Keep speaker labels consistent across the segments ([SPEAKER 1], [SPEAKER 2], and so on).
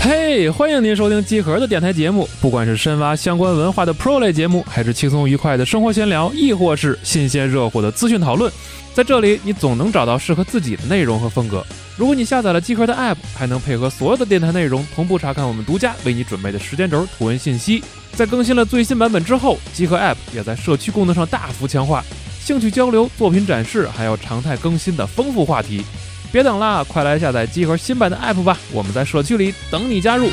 [SPEAKER 1] 嘿欢迎您收听机核的电台节目，不管是深挖相关文化的 Pro 类节目，还是轻松愉快的生活闲聊，亦或是新鲜热乎的资讯讨论，在这里你总能找到适合自己的内容和风格。如果你下载了机核的 App，还能配合所有的电台内容同步查看我们独家为你准备的时间轴图文信息。在更新了最新版本之后，机核 App 也在社区功能上大幅强化，兴趣交流、作品展示，还有常态更新的丰富话题。别等啦，快来下载集合新版的 App 吧！我们在社区里等你加入。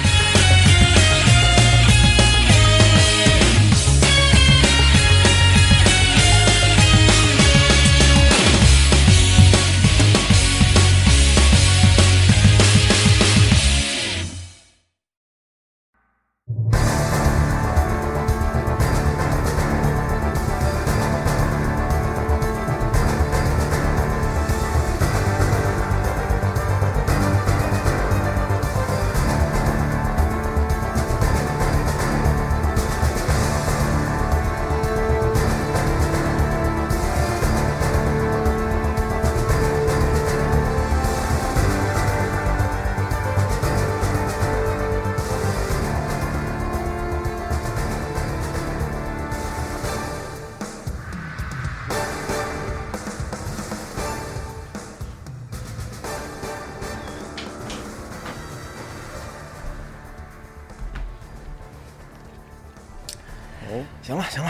[SPEAKER 2] 哦，
[SPEAKER 3] 行了行了，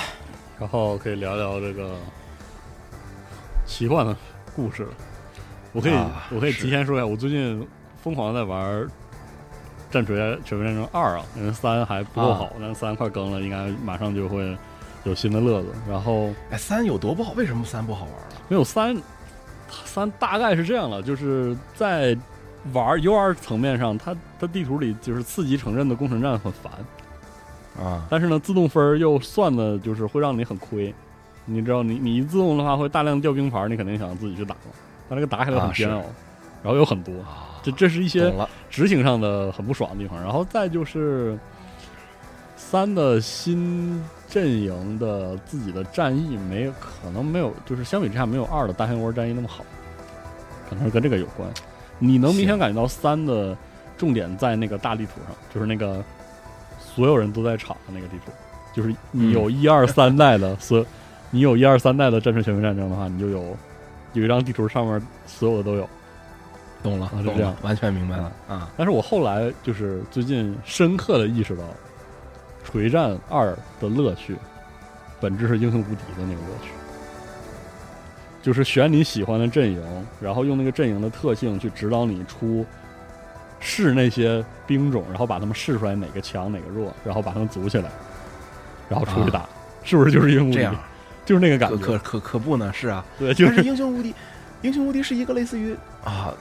[SPEAKER 2] 然后可以聊聊这个奇幻的故事了。我可以，
[SPEAKER 3] 啊
[SPEAKER 2] 我可以
[SPEAKER 3] 是
[SPEAKER 2] 提前说一下，我最近疯狂地在玩《战锤：全面战争二》啊，因为三还不够
[SPEAKER 1] 啊
[SPEAKER 2] 好，但三快更了，应该马上就会有新的乐子。然后
[SPEAKER 3] 哎，三有多不好？为什么三不好玩了？
[SPEAKER 2] 没有三，三大概是这样了，就是在玩 U R 层面上，它它地图里就是四级城镇的攻城战很烦，
[SPEAKER 3] 啊，
[SPEAKER 2] 但是呢，自动分儿又算的就是会让你很亏。你知道你，你一自动的话会大量掉兵牌儿，你肯定想自己去打嘛。但那个打起来很
[SPEAKER 3] 啊是
[SPEAKER 2] 煎熬，然后有很多，这这是一些
[SPEAKER 3] 懂了，
[SPEAKER 2] 执行上的很不爽的地方。然后再就是三的新阵营的自己的战役没有可能没有，就是相比之下没有二的大漩涡战役那么好，可能是跟这个有关。你能明显感觉到三的重点在那个大地图上，就是那个所有人都在场的那个地图，就是你有一二三代的所有，你有一二三代的战士全面战争的话，你就有有一张地图上面所有的都有。
[SPEAKER 3] 懂了，
[SPEAKER 2] 啊是
[SPEAKER 3] 懂
[SPEAKER 2] 这样
[SPEAKER 3] 了，完全明白了啊。
[SPEAKER 2] 但是我后来就是最近深刻的意识到，锤战二的乐趣，本质是英雄无敌的那个乐趣，就是选你喜欢的阵营，然后用那个阵营的特性去指导你出试那些兵种，然后把他们试出来哪个强哪个弱，然后把他们组起来，然后出去打，是不是就是英雄无敌
[SPEAKER 3] 啊这？样
[SPEAKER 2] 就是那个感
[SPEAKER 3] 可
[SPEAKER 2] 觉
[SPEAKER 3] 可，可可不呢？是啊，
[SPEAKER 2] 对，就
[SPEAKER 3] 但是
[SPEAKER 2] 是
[SPEAKER 3] 英雄无敌，英雄无敌是一个类似于啊，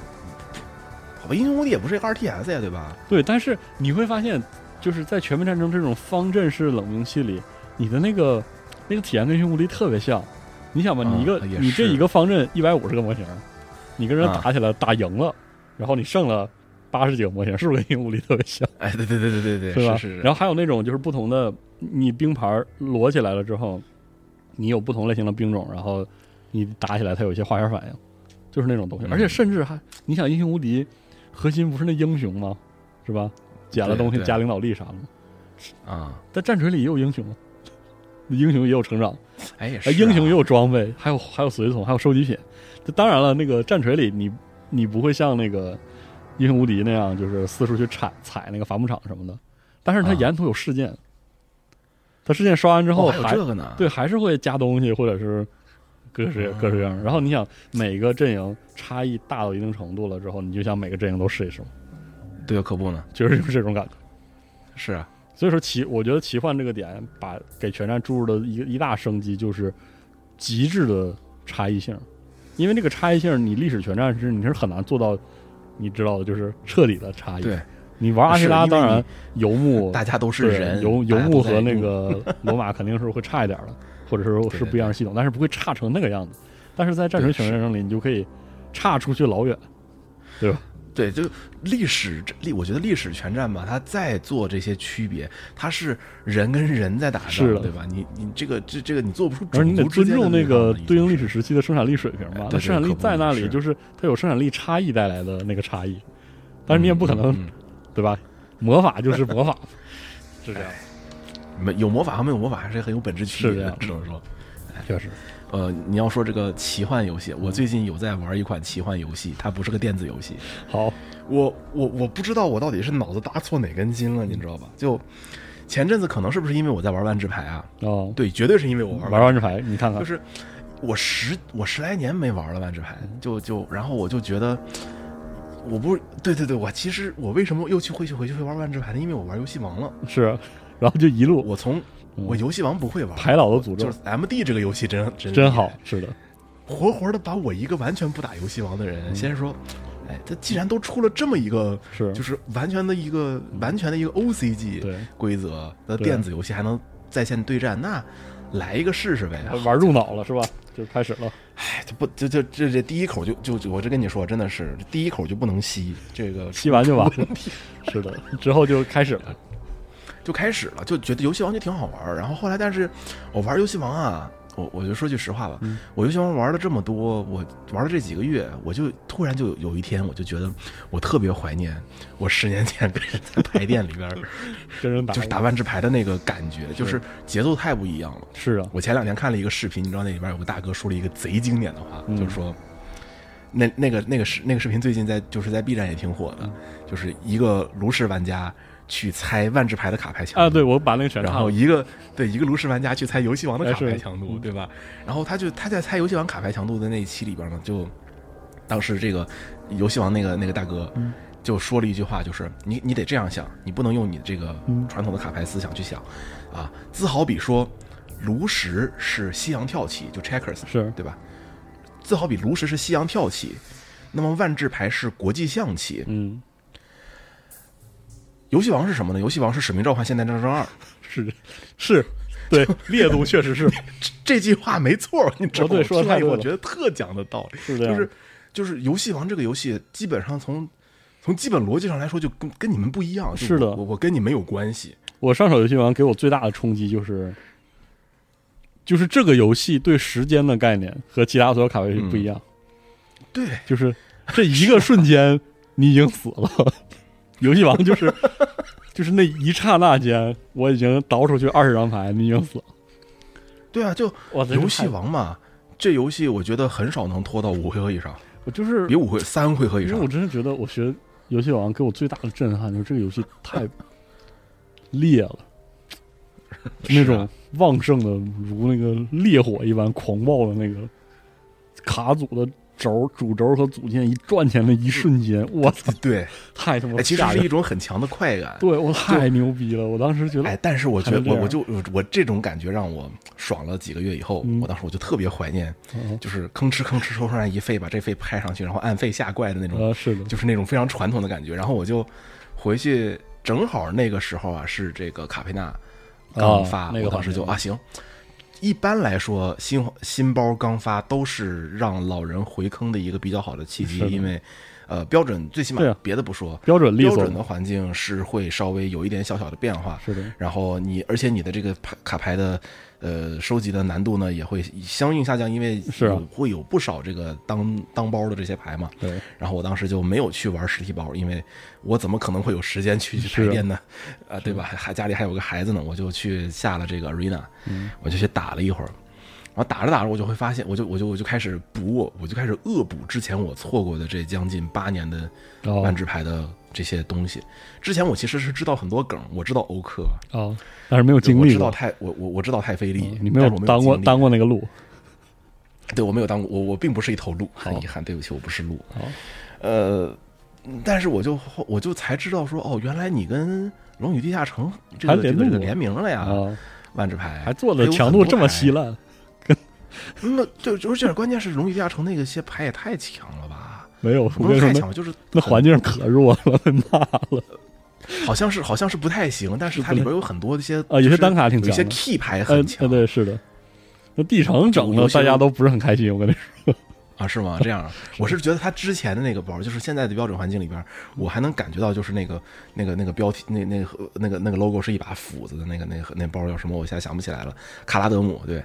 [SPEAKER 3] 好吧，英雄无敌也不是一个 RTS 呀，对吧？
[SPEAKER 2] 对，但是你会发现，就是在全面战争这种方阵式冷兵器里，你的那个那个体验跟英雄无敌特别像。你想吧，你一个、
[SPEAKER 3] 啊也
[SPEAKER 2] 你这
[SPEAKER 3] 是
[SPEAKER 2] 一个方阵一百五十个模型，你跟人
[SPEAKER 3] 啊
[SPEAKER 2] 打起来、打赢了，然后你剩了八十几个模型，是不是跟英雄无敌特别像？
[SPEAKER 3] 哎，对对对对对
[SPEAKER 2] 是吧？
[SPEAKER 3] 对，是是
[SPEAKER 2] 然
[SPEAKER 3] 是，
[SPEAKER 2] 后还有那种就是不同的，你兵牌摞起来了之后，你有不同类型的兵种，然后你打起来它有一些化学反应，就是那种东西。
[SPEAKER 3] 嗯
[SPEAKER 2] 而且甚至还，你想英雄无敌，核心不是那英雄吗？是吧？捡了
[SPEAKER 3] 对
[SPEAKER 2] 东西
[SPEAKER 3] 对
[SPEAKER 2] 加领导力啥的吗？
[SPEAKER 3] 啊，
[SPEAKER 2] 但战锤里也有英雄啊，英雄也有成长，
[SPEAKER 3] 哎也是
[SPEAKER 2] 哎，
[SPEAKER 3] 啊，
[SPEAKER 2] 英雄也有装备，还有还有随从，还有收集品。这当然了，那个战锤里你你不会像那个英雄无敌那样，就是四处去踩踩那个伐木场什么的，但是它
[SPEAKER 3] 啊
[SPEAKER 2] 沿途有事件，它事件刷完之后
[SPEAKER 3] 哦
[SPEAKER 2] 还,、
[SPEAKER 3] 还有这个呢，
[SPEAKER 2] 对还是会加东西或者是各式
[SPEAKER 3] 啊
[SPEAKER 2] 各式各样的。然后你想每个阵营差异大到一定程度了之后，你就想每个阵营都试一试嘛，
[SPEAKER 3] 对，可不呢，
[SPEAKER 2] 就是就是这种感觉。
[SPEAKER 3] 是啊，
[SPEAKER 2] 所以说奇，我觉得奇幻这个点把给全战注入的一个一大生机就是极致的差异性，因为这个差异性，你历史全战是你是很难做到，你知道的，就是彻底的差异。
[SPEAKER 3] 对，
[SPEAKER 2] 你玩阿西拉
[SPEAKER 3] 是因为
[SPEAKER 2] 当
[SPEAKER 3] 你
[SPEAKER 2] 然游牧
[SPEAKER 3] 大家都是
[SPEAKER 2] 对
[SPEAKER 3] 人，
[SPEAKER 2] 游游
[SPEAKER 3] 大家
[SPEAKER 2] 牧
[SPEAKER 3] 都在
[SPEAKER 2] 和那
[SPEAKER 3] 用
[SPEAKER 2] 个 罗马肯定是会差一点的，或者是
[SPEAKER 3] 对
[SPEAKER 2] 是不一样的系统，但是不会差成那个样子。但是在战神
[SPEAKER 3] 对
[SPEAKER 2] 全
[SPEAKER 3] 是
[SPEAKER 2] 战争里，你就可以差出去老远。
[SPEAKER 3] 对，就历史这历，我觉得历史全战吧，它再做这些区别，它是人跟人在打仗，
[SPEAKER 2] 是的
[SPEAKER 3] 对吧？你你这个这这个你做不出
[SPEAKER 2] 而
[SPEAKER 3] 种
[SPEAKER 2] 你得
[SPEAKER 3] 族之
[SPEAKER 2] 尊
[SPEAKER 3] 间的
[SPEAKER 2] 重那
[SPEAKER 3] 种
[SPEAKER 2] 个
[SPEAKER 3] 了已经
[SPEAKER 2] 对应历
[SPEAKER 3] 是
[SPEAKER 2] 史时期的生产力水平吧
[SPEAKER 3] 哎。
[SPEAKER 2] 那
[SPEAKER 3] 对
[SPEAKER 2] 生产
[SPEAKER 3] 对
[SPEAKER 2] 力
[SPEAKER 3] 可不
[SPEAKER 2] 在那
[SPEAKER 3] 是
[SPEAKER 2] 里，就是它有生产力差异带来的那个差异，但是你也不可能，
[SPEAKER 3] 嗯嗯嗯
[SPEAKER 2] 对吧？魔法就是魔法， 是这样，
[SPEAKER 3] 哎没有魔法和没有魔法还是很有本质区
[SPEAKER 2] 是
[SPEAKER 3] 别
[SPEAKER 2] 这
[SPEAKER 3] 的
[SPEAKER 2] 样，
[SPEAKER 3] 只能说，
[SPEAKER 2] 确实，
[SPEAKER 3] 呃，你要说这个奇幻游戏，我最近有在玩一款奇幻游戏，它不是个电子游戏，
[SPEAKER 2] 好，
[SPEAKER 3] 我我我不知道我到底是脑子搭错哪根筋了，你知道吧？就前阵子可能是不是因为我在玩万智牌啊？
[SPEAKER 2] 哦，
[SPEAKER 3] 对，绝对是因为我玩
[SPEAKER 2] 玩万智牌，你看看
[SPEAKER 3] 就，是我十我十来年没玩了万智牌，就就然后我就觉得，我不是对对对，我其实我为什么又去会去回去会玩万智牌呢？因为我玩游戏王了，
[SPEAKER 2] 是，然后就一路
[SPEAKER 3] 我从
[SPEAKER 2] 嗯
[SPEAKER 3] 我游戏王不会玩，
[SPEAKER 2] 排老的诅
[SPEAKER 3] 就
[SPEAKER 2] 咒
[SPEAKER 3] 是，M D 这个游戏真真
[SPEAKER 2] 真好，是的，
[SPEAKER 3] 活活的把我一个完全不打游戏王的
[SPEAKER 2] 嗯
[SPEAKER 3] 人，先说，哎，他既然都出了这么一个，
[SPEAKER 2] 是
[SPEAKER 3] 就是完全的一个完全的一个 O C G
[SPEAKER 2] 对，
[SPEAKER 3] 规则的
[SPEAKER 2] 对
[SPEAKER 3] 电子游戏，还能在线对战，那来一个试试呗。
[SPEAKER 2] 玩入脑了是吧？就开始了，
[SPEAKER 3] 哎，这不，这这这这第一口就就就我这跟你说，真的是这第一口就不能吸，这个
[SPEAKER 2] 吸完就完 了，是的，之后就开始了，
[SPEAKER 3] 就开始了，就觉得游戏王就挺好玩儿。然后后来，但是我玩游戏王啊，我我就说句实话吧，
[SPEAKER 2] 嗯
[SPEAKER 3] 我游戏王玩了这么多，我玩了这几个月，我就突然就有有一天，我就觉得我特别怀念我十年前跟人在牌店里边儿
[SPEAKER 2] 跟人打，
[SPEAKER 3] 就是打万智牌的那个感觉，就是节奏太不一样了。
[SPEAKER 2] 是啊，
[SPEAKER 3] 我前两天看了一个视频，你知道那里边有个大哥说了一个贼经典的话，
[SPEAKER 2] 嗯
[SPEAKER 3] 就是说，那那个那个视那个视频最近在就是在 B 站也挺火的，就是一个炉石玩家去猜万智牌的卡牌强度
[SPEAKER 2] 啊，对，我把那个全
[SPEAKER 3] 嗯然
[SPEAKER 2] 看
[SPEAKER 3] 后
[SPEAKER 2] 了，
[SPEAKER 3] 一个对一个炉石玩家去猜游戏王的
[SPEAKER 2] 哎
[SPEAKER 3] 卡牌
[SPEAKER 2] 是
[SPEAKER 3] 强度，对吧？然后他就他在猜游戏王卡牌强度的那一期里边呢，就当时这个游戏王那个那个大哥
[SPEAKER 2] 嗯
[SPEAKER 3] 就说了一句话，就是你你得这样想，你不能用你这个
[SPEAKER 2] 嗯
[SPEAKER 3] 传统的卡牌思想去想啊。自豪比说，炉石是西洋跳棋，就 checkers
[SPEAKER 2] 是
[SPEAKER 3] 对吧？自豪比炉石是西洋跳棋，那么万智牌是国际象棋，
[SPEAKER 2] 嗯，
[SPEAKER 3] 游戏王是什么呢？游戏王是使命召唤现代战争二。
[SPEAKER 2] 是是，对，烈度确实是，
[SPEAKER 3] 这句话没错儿，你知道吗？
[SPEAKER 2] 哦对
[SPEAKER 3] 我
[SPEAKER 2] 说得
[SPEAKER 3] 听完
[SPEAKER 2] 太
[SPEAKER 3] 以后
[SPEAKER 2] 对
[SPEAKER 3] 我
[SPEAKER 2] 了
[SPEAKER 3] 觉得特讲的道理，
[SPEAKER 2] 是
[SPEAKER 3] 就
[SPEAKER 2] 这样
[SPEAKER 3] 是就是游戏王这个游戏，基本上从从基本逻辑上来说，就跟跟你们不一样。就是
[SPEAKER 2] 的
[SPEAKER 3] 我我我跟你没有关系。
[SPEAKER 2] 我上手游戏王给我最大的冲击就是，就是这个游戏对时间的概念和其他所有卡牌游戏不一样，
[SPEAKER 3] 对，
[SPEAKER 2] 嗯就是这一个瞬间你已经死了， 游戏王就是就是那一刹那间我已经倒出去二十张牌，你已经死了。
[SPEAKER 3] 对啊，就
[SPEAKER 2] 哇
[SPEAKER 3] 游戏，王嘛，这游戏我觉得很少能拖到五回合以上，
[SPEAKER 2] 我就是
[SPEAKER 3] 比五回三回合以
[SPEAKER 2] 因为
[SPEAKER 3] 上
[SPEAKER 2] 我。真的觉得我学游戏王给我最大的震撼就是这个游戏太 烈了，那
[SPEAKER 3] 啊
[SPEAKER 2] 种旺盛的如那个烈火一般狂暴的那个卡组的轴主轴和组件一转起来那一瞬间，我操，
[SPEAKER 3] 对，
[SPEAKER 2] 太他妈
[SPEAKER 3] 哎其实
[SPEAKER 2] 吓
[SPEAKER 3] 是
[SPEAKER 2] 人
[SPEAKER 3] 一种很强的快感。
[SPEAKER 2] 对我太牛逼了！我当时觉得
[SPEAKER 3] 哎，但是我觉得
[SPEAKER 2] 还能这
[SPEAKER 3] 我
[SPEAKER 2] 样
[SPEAKER 3] 我就我我这种感觉让我爽了几个月以后，
[SPEAKER 2] 嗯
[SPEAKER 3] 我当时我就特别怀念，
[SPEAKER 2] 嗯
[SPEAKER 3] 就是吭哧吭哧抽上来一费，把这费拍上去，然后按费下怪的那种
[SPEAKER 2] 呃，是的，
[SPEAKER 3] 就是那种非常传统的感觉。然后我就回去，正好那个时候啊，是这个卡佩纳刚发，
[SPEAKER 2] 啊那个
[SPEAKER 3] 我当时就
[SPEAKER 2] 环节
[SPEAKER 3] 啊行。一般来说，新新包刚发都是让老人回坑的一个比较好的契机，
[SPEAKER 2] 是的
[SPEAKER 3] 因为呃标准最起码
[SPEAKER 2] 对啊
[SPEAKER 3] 别的不说，
[SPEAKER 2] 标准利
[SPEAKER 3] 标
[SPEAKER 2] 索
[SPEAKER 3] 准，的环境是会稍微有一点小小的变化。
[SPEAKER 2] 是的，
[SPEAKER 3] 然后你，而且你的这个牌卡牌的，呃，收集的难度呢也会相应下降，因为
[SPEAKER 2] 是啊
[SPEAKER 3] 有会有不少这个当当包的这些牌嘛。
[SPEAKER 2] 对，
[SPEAKER 3] 然后我当时就没有去玩实体包，因为我怎么可能会有时间去
[SPEAKER 2] 是
[SPEAKER 3] 排练呢？ 啊、对吧？还家里还有个孩子呢，我就去下了这个 arena，
[SPEAKER 2] 嗯
[SPEAKER 3] 我就去打了一会儿。然后打着打着，我就会发现，我就我就我就开始补我，我就开始恶补之前我错过的这将近八年的
[SPEAKER 2] 哦
[SPEAKER 3] 万智牌的这些东西。之前我其实是知道很多梗，我知道欧克，
[SPEAKER 2] 哦，但是没有经
[SPEAKER 3] 我
[SPEAKER 2] 历
[SPEAKER 3] 知道
[SPEAKER 2] 过，
[SPEAKER 3] 太我我我知道太费力
[SPEAKER 2] 嗯，你
[SPEAKER 3] 但是我
[SPEAKER 2] 有
[SPEAKER 3] 没有
[SPEAKER 2] 当过
[SPEAKER 3] 经历
[SPEAKER 2] 当过那个路，
[SPEAKER 3] 对我没有当过，我我并不是一头鹿，很
[SPEAKER 2] 好
[SPEAKER 3] 遗憾，对不起，我不是鹿。
[SPEAKER 2] 好，
[SPEAKER 3] 呃，但是我就后我就才知道说，哦，原来你跟《龙与地下城》这
[SPEAKER 2] 还
[SPEAKER 3] 个这
[SPEAKER 2] 联
[SPEAKER 3] 个这个
[SPEAKER 2] 动过
[SPEAKER 3] 联名了呀，
[SPEAKER 2] 啊，
[SPEAKER 3] 万智牌
[SPEAKER 2] 还做的强度这么稀
[SPEAKER 3] 了。
[SPEAKER 2] 烂，
[SPEAKER 3] 那就就是关键是《龙与地下城》那个些牌也太强了吧？
[SPEAKER 2] 没有， 我
[SPEAKER 3] 不
[SPEAKER 2] 跟
[SPEAKER 3] 是
[SPEAKER 2] 你说
[SPEAKER 3] 太
[SPEAKER 2] 那
[SPEAKER 3] 强了，就是
[SPEAKER 2] 那
[SPEAKER 3] 很
[SPEAKER 2] 环境可弱了，骂了
[SPEAKER 3] 好像是好像是不太行，但是它
[SPEAKER 2] 是不太
[SPEAKER 3] 里边有很多一些
[SPEAKER 2] 啊！有
[SPEAKER 3] 就
[SPEAKER 2] 些
[SPEAKER 3] 是
[SPEAKER 2] 单卡挺
[SPEAKER 3] 有一
[SPEAKER 2] 强
[SPEAKER 3] 些
[SPEAKER 2] 的，
[SPEAKER 3] key 牌
[SPEAKER 2] 呃
[SPEAKER 3] 很
[SPEAKER 2] 呃，
[SPEAKER 3] 强，
[SPEAKER 2] 对，是的。那地城整
[SPEAKER 3] 有
[SPEAKER 2] 的
[SPEAKER 3] 些
[SPEAKER 2] 大家都不是很开心，我跟你说，
[SPEAKER 3] 啊，是吗？这样啊， 我是觉得他之前的那个包，就是现在的标准环境里边，我还能感觉到，就是那个那个那个标题，那那个那个那个 logo 是一把斧子的那个那个那包叫什么？我现在想不起来了。卡拉德姆对，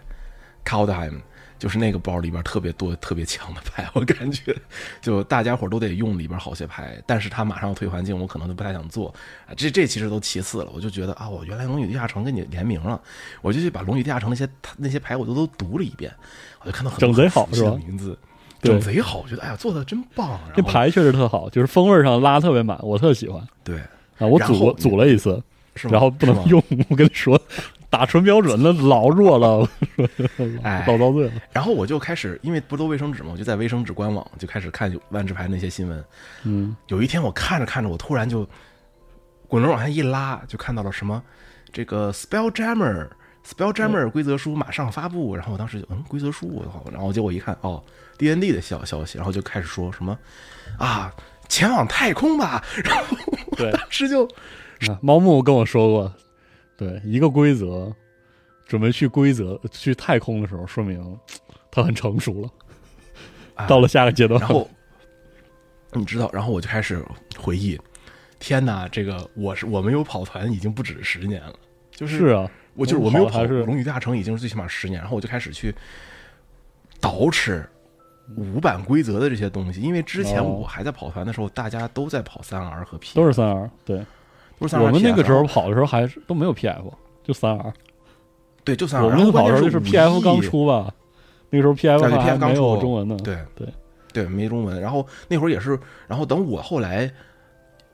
[SPEAKER 3] Kaldheim，就是那个包里边特别多、特别强的牌，我感觉就大家伙都得用里边好些牌，但是他马上要退环境，我可能就不太想做。啊这这其实都其次了，我就觉得啊，我原来《龙与地下城》跟你联名了，我就去把《龙与地下城》那些那些牌我都都读了一遍，我就看到很多
[SPEAKER 2] 整贼好
[SPEAKER 3] 熟悉的
[SPEAKER 2] 是吧
[SPEAKER 3] 名字。
[SPEAKER 2] 对
[SPEAKER 3] 整贼好，我觉得哎呀做的真棒。然后
[SPEAKER 2] 这牌确实特好，就是风味上拉特别满，我特喜欢
[SPEAKER 3] 对
[SPEAKER 2] 啊！我
[SPEAKER 3] 然
[SPEAKER 2] 组
[SPEAKER 3] 后
[SPEAKER 2] 过组了一次，
[SPEAKER 3] 是吗？
[SPEAKER 2] 然后不
[SPEAKER 3] 是
[SPEAKER 2] 能
[SPEAKER 3] 吗
[SPEAKER 2] 用，我跟你说，打纯标准那老弱了，我说
[SPEAKER 3] 哎
[SPEAKER 2] 老遭罪了。
[SPEAKER 3] 然后我就开始，因为不都卫生纸嘛，我就在卫生纸官网就开始看万智牌那些新闻。
[SPEAKER 2] 嗯，
[SPEAKER 3] 有一天我看着看着，我突然就滚轮往下一拉，就看到了什么这个 Spelljammer Spelljammer 规则书马上发布。然后我当时就嗯，规则书，我靠！然后结果一看，哦，D N D 的消消息，然后就开始说什么啊，前往太空吧。然后
[SPEAKER 2] 对，
[SPEAKER 3] 当时就
[SPEAKER 2] 啊猫木跟我说过，对一个规则，准备去规则去太空的时候，说明他很成熟了，
[SPEAKER 3] 啊
[SPEAKER 2] 到了下个阶 段
[SPEAKER 3] 然。后你知道，然后我就开始回忆，天哪，这个我是我们有跑团已经不止十年了，就是
[SPEAKER 2] 是啊，
[SPEAKER 3] 我就是我没有
[SPEAKER 2] 我跑
[SPEAKER 3] 跑
[SPEAKER 2] 还是
[SPEAKER 3] 《龙与地下城》已经是最起码十年，然后我就开始去捯饬五版规则的这些东西，因为之前
[SPEAKER 2] 哦
[SPEAKER 3] 我还在跑团的时候，大家都在跑三 R 和 P，
[SPEAKER 2] 都是三 R。对，
[SPEAKER 3] 都是三 R，
[SPEAKER 2] 我们那个
[SPEAKER 3] PF
[SPEAKER 2] 时候跑的时候还是都没有 PF，就三 R。
[SPEAKER 3] 对就三 R，
[SPEAKER 2] 我们
[SPEAKER 3] 然后
[SPEAKER 2] 那个跑
[SPEAKER 3] 关
[SPEAKER 2] 的
[SPEAKER 3] 键
[SPEAKER 2] 时候
[SPEAKER 3] 五
[SPEAKER 2] 就是是 PF 刚
[SPEAKER 3] 亿
[SPEAKER 2] 出吧，那个时候 PF
[SPEAKER 3] 对对
[SPEAKER 2] 还
[SPEAKER 3] PF 刚
[SPEAKER 2] 没有
[SPEAKER 3] 出
[SPEAKER 2] 中文呢。
[SPEAKER 3] 对
[SPEAKER 2] 对
[SPEAKER 3] 对，没中文。然后那会儿也是，然后等我后来，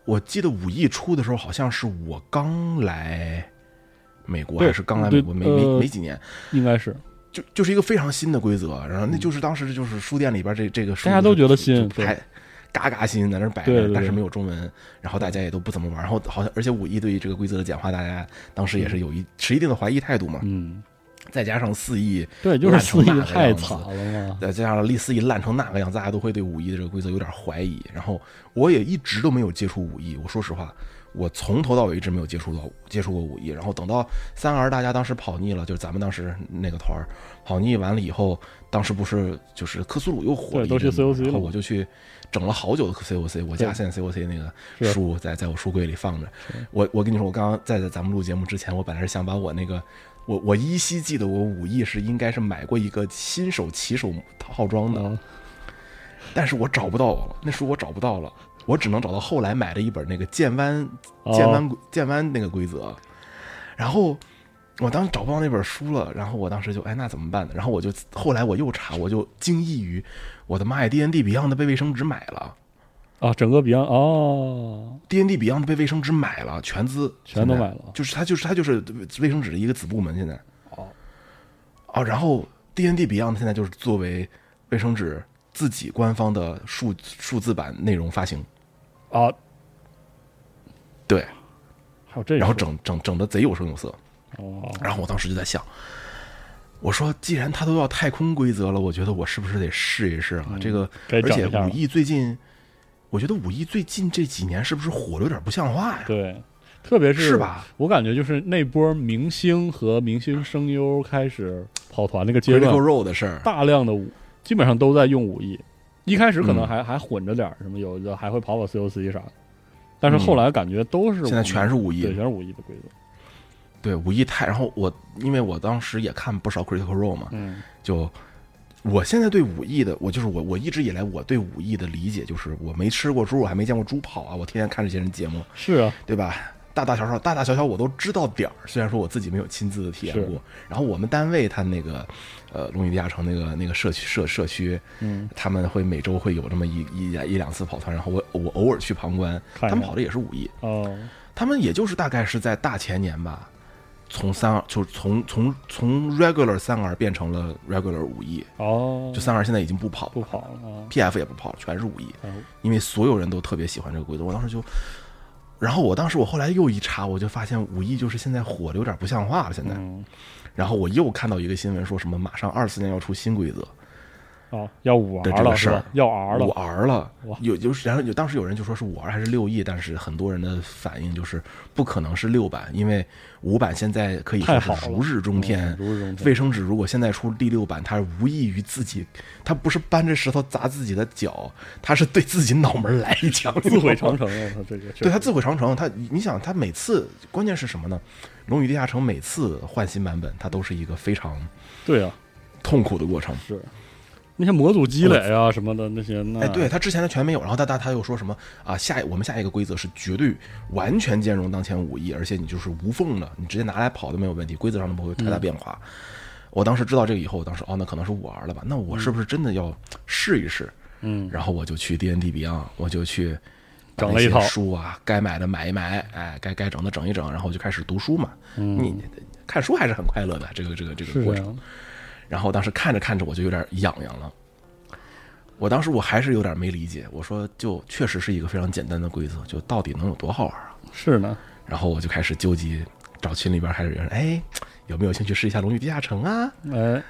[SPEAKER 3] 我记得五一出的时候，好像是我刚来美国，
[SPEAKER 2] 对
[SPEAKER 3] 还是刚来美国
[SPEAKER 2] 对
[SPEAKER 3] 没没
[SPEAKER 2] 呃
[SPEAKER 3] 没几年，
[SPEAKER 2] 应该是
[SPEAKER 3] 就就是一个非常新的规则。然后那就是当时就是书店里边这这个书
[SPEAKER 2] 嗯大家都觉得新
[SPEAKER 3] 就就
[SPEAKER 2] 对
[SPEAKER 3] 还嘎嘎新在那儿摆
[SPEAKER 2] 对对
[SPEAKER 3] 着，
[SPEAKER 2] 对
[SPEAKER 3] 但是没有中文，然后大家也都不怎么玩。然后好像而且五一对于这个规则的简化，大家当时也是有一持一定的怀疑态度嘛。
[SPEAKER 2] 嗯，
[SPEAKER 3] 再加上四亿
[SPEAKER 2] 对，就是
[SPEAKER 3] 烂成
[SPEAKER 2] 四
[SPEAKER 3] 那
[SPEAKER 2] 亿
[SPEAKER 3] 个
[SPEAKER 2] 太
[SPEAKER 3] 样子
[SPEAKER 2] 惨了嘛。
[SPEAKER 3] 再加上丽丝一烂成那个样子，大家都会对五一的这个规则有点怀疑。然后我也一直都没有接触五一，我说实话，我从头到尾一直没有接触到接触过五一。然后等到三 R 大家当时跑腻了，就是咱们当时那个团儿跑腻完了以后，当时不是就是克苏鲁又火了
[SPEAKER 2] 对
[SPEAKER 3] 一
[SPEAKER 2] 都
[SPEAKER 3] 阵
[SPEAKER 2] 去
[SPEAKER 3] 子嘛
[SPEAKER 2] COC
[SPEAKER 3] 然后
[SPEAKER 2] 了
[SPEAKER 3] 我就去整了好久的 COC，我家
[SPEAKER 2] 对
[SPEAKER 3] 现在 COC 那个
[SPEAKER 2] 是
[SPEAKER 3] 书在在我书柜里放着。我我跟你说，我刚刚在在咱们录节目之前，我本来是想把我那个。我我依稀记得，我武艺是应该是买过一个新手骑手套装的，
[SPEAKER 2] 啊，
[SPEAKER 3] 但是我找不到了，那书我找不到了，我只能找到后来买的一本那个剑湾
[SPEAKER 2] 哦
[SPEAKER 3] 剑湾剑湾那个规则，然后我当时找不到那本书了，然后我当时就哎那怎么办呢？然后我就后来我又查，我就惊异于我的妈呀，D N D Beyond 被卫生纸买了
[SPEAKER 2] 啊，整个 Beyond 哦，
[SPEAKER 3] ，D N D Beyond 被卫生纸买了，全资
[SPEAKER 2] 全都
[SPEAKER 3] 现在
[SPEAKER 2] 买了
[SPEAKER 3] 就是它就是它就是卫生纸的一个子部门现在
[SPEAKER 2] 哦
[SPEAKER 3] 哦，然后 D N D Beyond 现在就是作为卫生纸自己官方的数数字版内容发行。
[SPEAKER 2] 啊，
[SPEAKER 3] 对，
[SPEAKER 2] 还有这
[SPEAKER 3] 然后
[SPEAKER 2] 说
[SPEAKER 3] 整整整的贼有声有色。
[SPEAKER 2] 哦，
[SPEAKER 3] 然后我当时就在想，我说既然他都要太空规则了，我觉得我是不是得试一试啊？这个，
[SPEAKER 2] 该
[SPEAKER 3] 而
[SPEAKER 2] 整
[SPEAKER 3] 且
[SPEAKER 2] 嗯
[SPEAKER 3] 啊
[SPEAKER 2] 一下
[SPEAKER 3] 武
[SPEAKER 2] 了
[SPEAKER 3] 艺最近，我觉得武艺最近这几年是不是火的有点不像话呀？
[SPEAKER 2] 对，特别是
[SPEAKER 3] 是吧？
[SPEAKER 2] 我感觉就是那波明星和明星声优开始跑团那个阶段
[SPEAKER 3] ，Critical，Role 的事儿，
[SPEAKER 2] 大量的武基本上都在用武艺，一开始可能
[SPEAKER 3] 嗯
[SPEAKER 2] 还、还混着点儿什么，有的还会跑跑 COC 啥的，但是后来感觉都是
[SPEAKER 3] 嗯现在全
[SPEAKER 2] 是
[SPEAKER 3] 是武
[SPEAKER 2] 对，
[SPEAKER 3] 艺。
[SPEAKER 2] 全是武艺的规则。
[SPEAKER 3] 对，武艺太。然后我因为我当时也看不少 Critical Role 嘛，
[SPEAKER 2] 嗯，
[SPEAKER 3] 就我现在对武艺的，我就是我，我一直以来我对武艺的理解就是我没吃过猪，我还没见过猪跑啊，我天天看这些人节目，
[SPEAKER 2] 是啊，
[SPEAKER 3] 对吧？大大小小、大大小小我都知道点儿，虽然说我自己没有亲自的体验过。然后我们单位他那个，呃，龙与地下城那个那个社区社社区，
[SPEAKER 2] 嗯，
[SPEAKER 3] 他们会每周会有这么一一一两次跑团，然后我我偶尔去旁观，
[SPEAKER 2] 看一看
[SPEAKER 3] 他们跑的也是武艺，
[SPEAKER 2] 哦，
[SPEAKER 3] 他们也就是大概是在大前年吧，从三就是从从从 regular 三 R 变成了 regular 武艺，
[SPEAKER 2] 哦，
[SPEAKER 3] 就三 R 现在已经不跑
[SPEAKER 2] 不跑了啊。
[SPEAKER 3] ，PF 也不跑，全是武艺。
[SPEAKER 2] 然后
[SPEAKER 3] 因为所有人都特别喜欢这个规则。我当时就，然后我当时我后来又一查，我就发现五一就是现在火的有点不像话了。现在，
[SPEAKER 2] 嗯，
[SPEAKER 3] 然后我又看到一个新闻说什么马上二四年要出新规则，
[SPEAKER 2] 哦，要五
[SPEAKER 3] 对
[SPEAKER 2] R
[SPEAKER 3] 这个
[SPEAKER 2] 了
[SPEAKER 3] 事
[SPEAKER 2] 是
[SPEAKER 3] 儿
[SPEAKER 2] 吧？要 R
[SPEAKER 3] 五
[SPEAKER 2] 了，
[SPEAKER 3] R 了
[SPEAKER 2] 哇，
[SPEAKER 3] 有就是然后有当时有人就说是五 R 还是六 E，但是很多人的反应就是不可能是六版，因为五版现在可以说
[SPEAKER 2] 太
[SPEAKER 3] 是
[SPEAKER 2] 好了
[SPEAKER 3] 如日中天
[SPEAKER 2] 嗯。如日中天。
[SPEAKER 3] 卫生纸如果现在出第六版，它是无异于自己，它不是搬着石头砸自己的脚，它是对自己脑门儿来一枪，
[SPEAKER 2] 自毁长城啊，他这个确
[SPEAKER 3] 对
[SPEAKER 2] 实
[SPEAKER 3] 他自毁长城，他你想他每次关键是什么呢？《龙与地下城》每次换新版本，它都是一个非常
[SPEAKER 2] 对啊，
[SPEAKER 3] 痛苦的过程。
[SPEAKER 2] 是那些模组积累啊什么的那些，那
[SPEAKER 3] 哎，对他之前的全没有，然后他他他又说什么啊？下一我们下一个规则是绝对完全兼容当前武艺，而且你就是无缝的，你直接拿来跑都没有问题，规则上都不会有
[SPEAKER 2] 嗯
[SPEAKER 3] 太大变化。我当时知道这个以后，我当时哦，那可能是我玩了吧？那我是不是真的要试一试？
[SPEAKER 2] 嗯，
[SPEAKER 3] 然后我就去 D N D Beyond，我就去把
[SPEAKER 2] 整
[SPEAKER 3] 那
[SPEAKER 2] 了一
[SPEAKER 3] 些
[SPEAKER 2] 套
[SPEAKER 3] 书啊，该买的买一买，哎，该该整的整一整，然后我就开始读书嘛。你看书还是很快乐的，这个这个这个
[SPEAKER 2] 嗯是啊
[SPEAKER 3] 过
[SPEAKER 2] 这
[SPEAKER 3] 程。
[SPEAKER 2] 样，
[SPEAKER 3] 然后当时看着看着我就有点痒痒了。我当时我还是有点没理解，我说就确实是一个非常简单的规则，就到底能有多好玩啊？
[SPEAKER 2] 是呢，
[SPEAKER 3] 然后我就开始纠结，找群里边还有人，哎，有没有兴趣试一下《龙与地下城》啊？
[SPEAKER 2] 哎，
[SPEAKER 3] 哎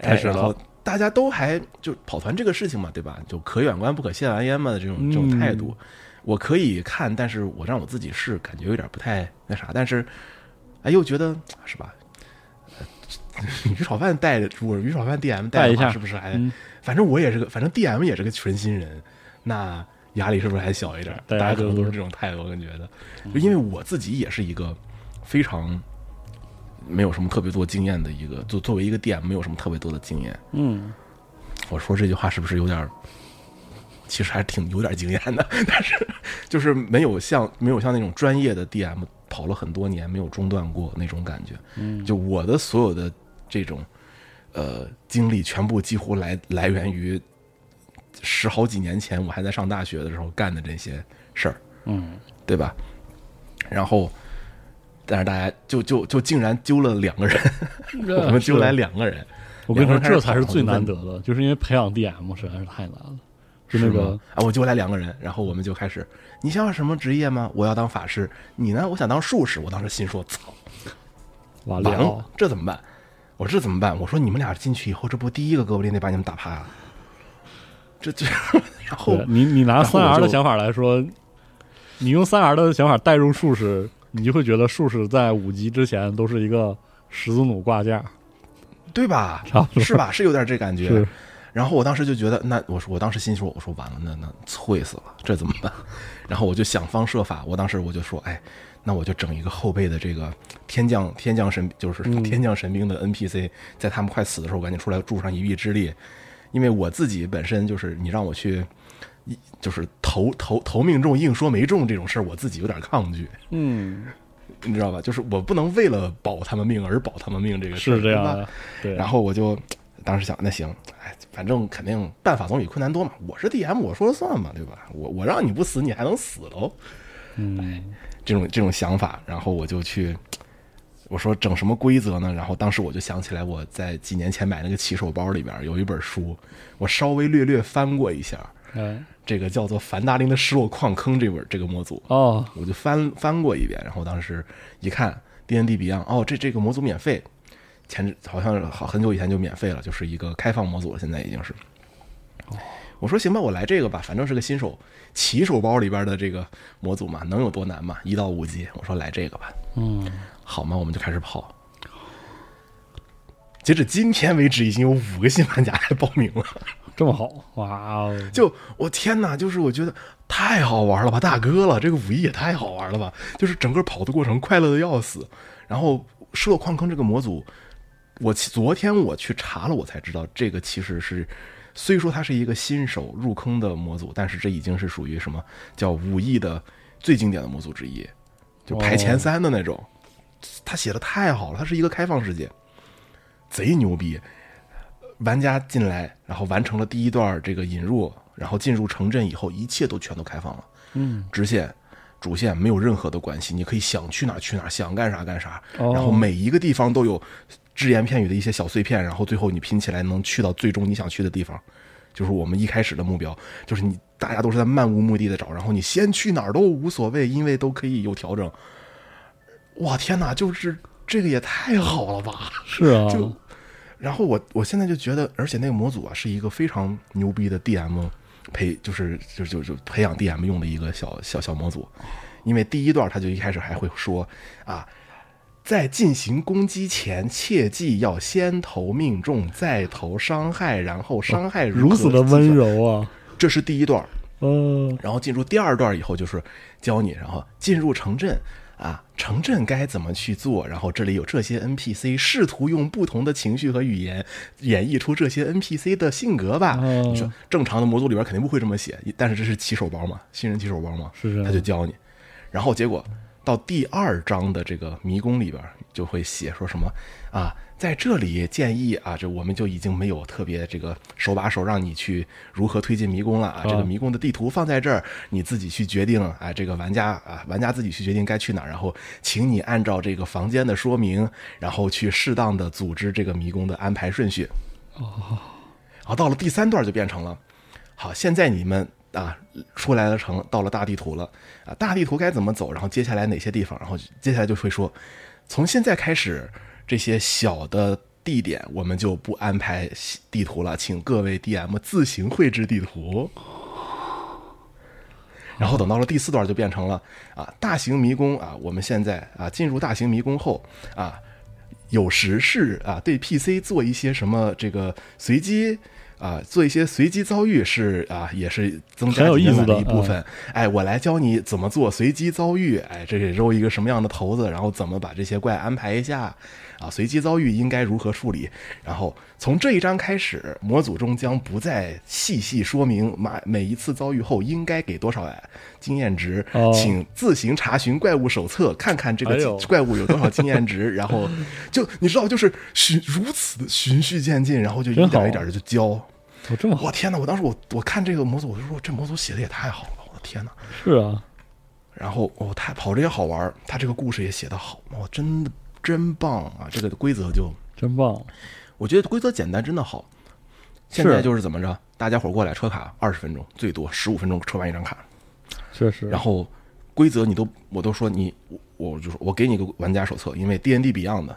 [SPEAKER 2] 开始
[SPEAKER 3] 然
[SPEAKER 2] 了
[SPEAKER 3] 后大家都还就跑团这个事情嘛，对吧？就可远观不可亵玩焉嘛的这种这种态度。
[SPEAKER 2] 嗯
[SPEAKER 3] 我可以看，但是我让我自己试，感觉有点不太那啥。但是，哎，又觉得是吧？呃 鱼炒饭带着，不是鱼炒饭 DM 带
[SPEAKER 2] 带一
[SPEAKER 3] 的话
[SPEAKER 2] 下
[SPEAKER 3] 是不是还？
[SPEAKER 2] 嗯
[SPEAKER 3] 反正我也是个，反正 DM 也是个全新人，那压力是不是还小一点？大
[SPEAKER 2] 大
[SPEAKER 3] 家
[SPEAKER 2] 家
[SPEAKER 3] 可
[SPEAKER 2] 都
[SPEAKER 3] 能都是这种态度，我感觉的。就因为我自己也是一个非常没有什么特别多经验的一个，就作为一个 DM 没有什么特别多的经验。
[SPEAKER 2] 嗯，
[SPEAKER 3] 我说这句话是不是有点儿？其实还挺有点经验的， 但是就是没有像没有像那种专业的 DM 跑了很多年没有中断过那种感觉。
[SPEAKER 2] 嗯
[SPEAKER 3] 就我的所有的这种呃经历，全部几乎来来源于十好几年前我还在上大学的时候干的这些事儿。
[SPEAKER 2] 嗯，
[SPEAKER 3] 对吧？然后，但是大家就就就竟然揪了两个人， 我们
[SPEAKER 2] 是
[SPEAKER 3] 揪来两个人，
[SPEAKER 2] 我跟你说，
[SPEAKER 3] 两个人开始
[SPEAKER 2] 这才是最
[SPEAKER 3] 讨论
[SPEAKER 2] 难得的，就是因为培养 DM 实在是太难了，就那
[SPEAKER 3] 是
[SPEAKER 2] 个
[SPEAKER 3] 吗啊，我揪来两个人，然后我们就开始，你想要什么职业吗？我要当法师，你呢？我想当术士。我当时心说，操，
[SPEAKER 2] 完
[SPEAKER 3] 完
[SPEAKER 2] 了
[SPEAKER 3] 了，，这怎么办？我说这怎么办？我说你们俩进去以后，这不第一个哥布林得把你们打趴了，啊这 这，然后
[SPEAKER 2] 对你你拿
[SPEAKER 3] 然后
[SPEAKER 2] 三
[SPEAKER 3] 我
[SPEAKER 2] R 的
[SPEAKER 3] 就
[SPEAKER 2] 想法来说，你用三 R 的想法代入术士，你就会觉得术士在五级之前都是一个十字弩挂架，
[SPEAKER 3] 对吧？
[SPEAKER 2] 差 不多
[SPEAKER 3] 是吧？是有点这感觉
[SPEAKER 2] 是。
[SPEAKER 3] 然后我当时就觉得，那我说，我当时心说，我说完了，那那脆死了，这怎么办？ 然后我就想方设法，我当时我就说，哎，那我就整一个后备的这个天降天降神，就是
[SPEAKER 2] 嗯
[SPEAKER 3] 天降神兵的 NPC，在他们快死的时候，我赶紧出来助上一臂之力，因为我自己本身就是你让我去，一就是投投投命中硬说没中这种事儿，我自己有点抗拒，
[SPEAKER 2] 嗯，
[SPEAKER 3] 你知道吧？就是我不能为了保他们命而保他们命这个事儿，
[SPEAKER 2] 是这样
[SPEAKER 3] 对吧
[SPEAKER 2] 的，对，
[SPEAKER 3] 然后我就当时想，那行，哎，反正肯定办法总比困难多嘛。我是 DM，我说了算嘛，对吧？我我让你不死，你还能死喽？哎
[SPEAKER 2] 嗯，
[SPEAKER 3] 这种这种想法，然后我就去，我说整什么规则呢？然后当时我就想起来，我在几年前买那个骑手包里边有一本书，我稍微略略翻过一下，
[SPEAKER 2] 哎，
[SPEAKER 3] 这个叫做《凡达林的失落矿坑》这本这个模组，
[SPEAKER 2] 哦，
[SPEAKER 3] 我就翻翻过一遍，然后当时一看 D N D Beyond，哦，这这个模组免费，前好像好很久以前就免费了，就是一个开放模组了，现在已经是。我说行吧，我来这个吧，反正是个新手骑手包里边的这个模组嘛，能有多难嘛？一到五级，我说来这个吧，
[SPEAKER 2] 嗯，
[SPEAKER 3] 好嘛，我们就开始跑。截止今天为止，已经有五个新玩家来报名了。
[SPEAKER 2] 这么好，哇哦，
[SPEAKER 3] 就我天哪，就是我觉得太好玩了吧，大哥了，这个武艺也太好玩了吧，就是整个跑的过程快乐的要死。然后失落矿坑这个模组，我其昨天我去查了，我才知道这个其实是。虽说它是一个新手入坑的模组，但是这已经是属于什么叫武艺的最经典的模组之一，就排前三的那种。他写的太好了，它是一个开放世界，贼牛逼。玩家进来，然后完成了第一段这个引入，然后进入城镇以后，一切都全都开放了，
[SPEAKER 2] 嗯，
[SPEAKER 3] 直线、主线没有任何的关系，你可以想去哪儿去哪儿，想干啥干啥，
[SPEAKER 2] 哦
[SPEAKER 3] 然后每一个地方都有只言片语的一些小碎片，然后最后你拼起来能去到最终你想去的地方，就是我们一开始的目标，就是你大家都是在漫无目的的找，然后你先去哪儿都无所谓，因为都可以有调整。哇天哪，就是这个也太好了吧！
[SPEAKER 2] 是啊，
[SPEAKER 3] 就然后我我现在就觉得，而且那个模组啊是一个非常牛逼的 DM 培，就是就就就培养 DM 用的一个小小小模组，因为第一段他就一开始还会说啊，在进行攻击前，切记要先投命中，再投伤害，然后伤害
[SPEAKER 2] 哦如
[SPEAKER 3] 何
[SPEAKER 2] 此的
[SPEAKER 3] 计算，
[SPEAKER 2] 温柔啊，
[SPEAKER 3] 这是第一段。
[SPEAKER 2] 嗯，
[SPEAKER 3] 然后进入第二段以后，就是教你，然后进入城镇，啊，城镇该怎么去做，然后这里有这些 NPC，试图用不同的情绪和语言演绎出这些 NPC 的性格吧。
[SPEAKER 2] 哦
[SPEAKER 3] 你说正常的模组里边肯定不会这么写，但是这是起手包嘛，新人起手包嘛，
[SPEAKER 2] 是这样
[SPEAKER 3] 他就教你。然后结果到第二章的这个迷宫里边儿就会写说什么啊，在这里建议啊，这我们就已经没有特别这个手把手让你去如何推进迷宫了啊，这个
[SPEAKER 2] 啊
[SPEAKER 3] 迷宫的地图放在这儿，你自己去决定啊，这个玩家啊，玩家自己去决定该去哪儿，然后请你按照这个房间的说明，然后去适当的组织这个迷宫的安排顺序。然后到了第三段就变成了，好，现在你们啊出来了城，到了大地图了啊，大地图该怎么走？然后接下来哪些地方？然后接下来就会说，从现在开始，这些小的地点我们就不安排地图了，请各位 DM 自行绘制地图。然后等到了第四段就变成了啊，大型迷宫啊，我们现在啊进入大型迷宫后啊，有时是啊对 PC 做一些什么这个随机。啊，做一些随机遭遇是啊，也是增加
[SPEAKER 2] 很有
[SPEAKER 3] 体验
[SPEAKER 2] 意思
[SPEAKER 3] 感的
[SPEAKER 2] 的嗯
[SPEAKER 3] 一部分。哎，我来教你怎么做随机遭遇。哎，这给揉一个什么样的骰子，然后怎么把这些怪安排一下。啊，随机遭遇应该如何处理？然后从这一章开始，模组中将不再细细说明每每一次遭遇后应该给多少经验值，
[SPEAKER 2] 哦
[SPEAKER 3] 请自行查询怪物手册，看看这个
[SPEAKER 2] 哎呦
[SPEAKER 3] 怪物有多少经验值。然后就你知道，就是循如此的循序渐进，然后就一
[SPEAKER 2] 真好
[SPEAKER 3] 点一点的就教。
[SPEAKER 2] 哦，这么好
[SPEAKER 3] 我天哪！我当时我我看这个模组，我就说这模组写的也太好了吧，我的天哪！
[SPEAKER 2] 是啊，
[SPEAKER 3] 然后哦，他跑这也好玩儿，他这个故事也写得好，我、真的真棒啊！这个规则就
[SPEAKER 2] 真棒，
[SPEAKER 3] 我觉得规则简单真的好。现在就是怎么着，大家伙儿过来抽卡二十分钟，最多十五分钟抽完一张卡，
[SPEAKER 2] 确实。
[SPEAKER 3] 然后规则你都我都说你我我就说我给你个玩家手册，因为 D N D Beyond 的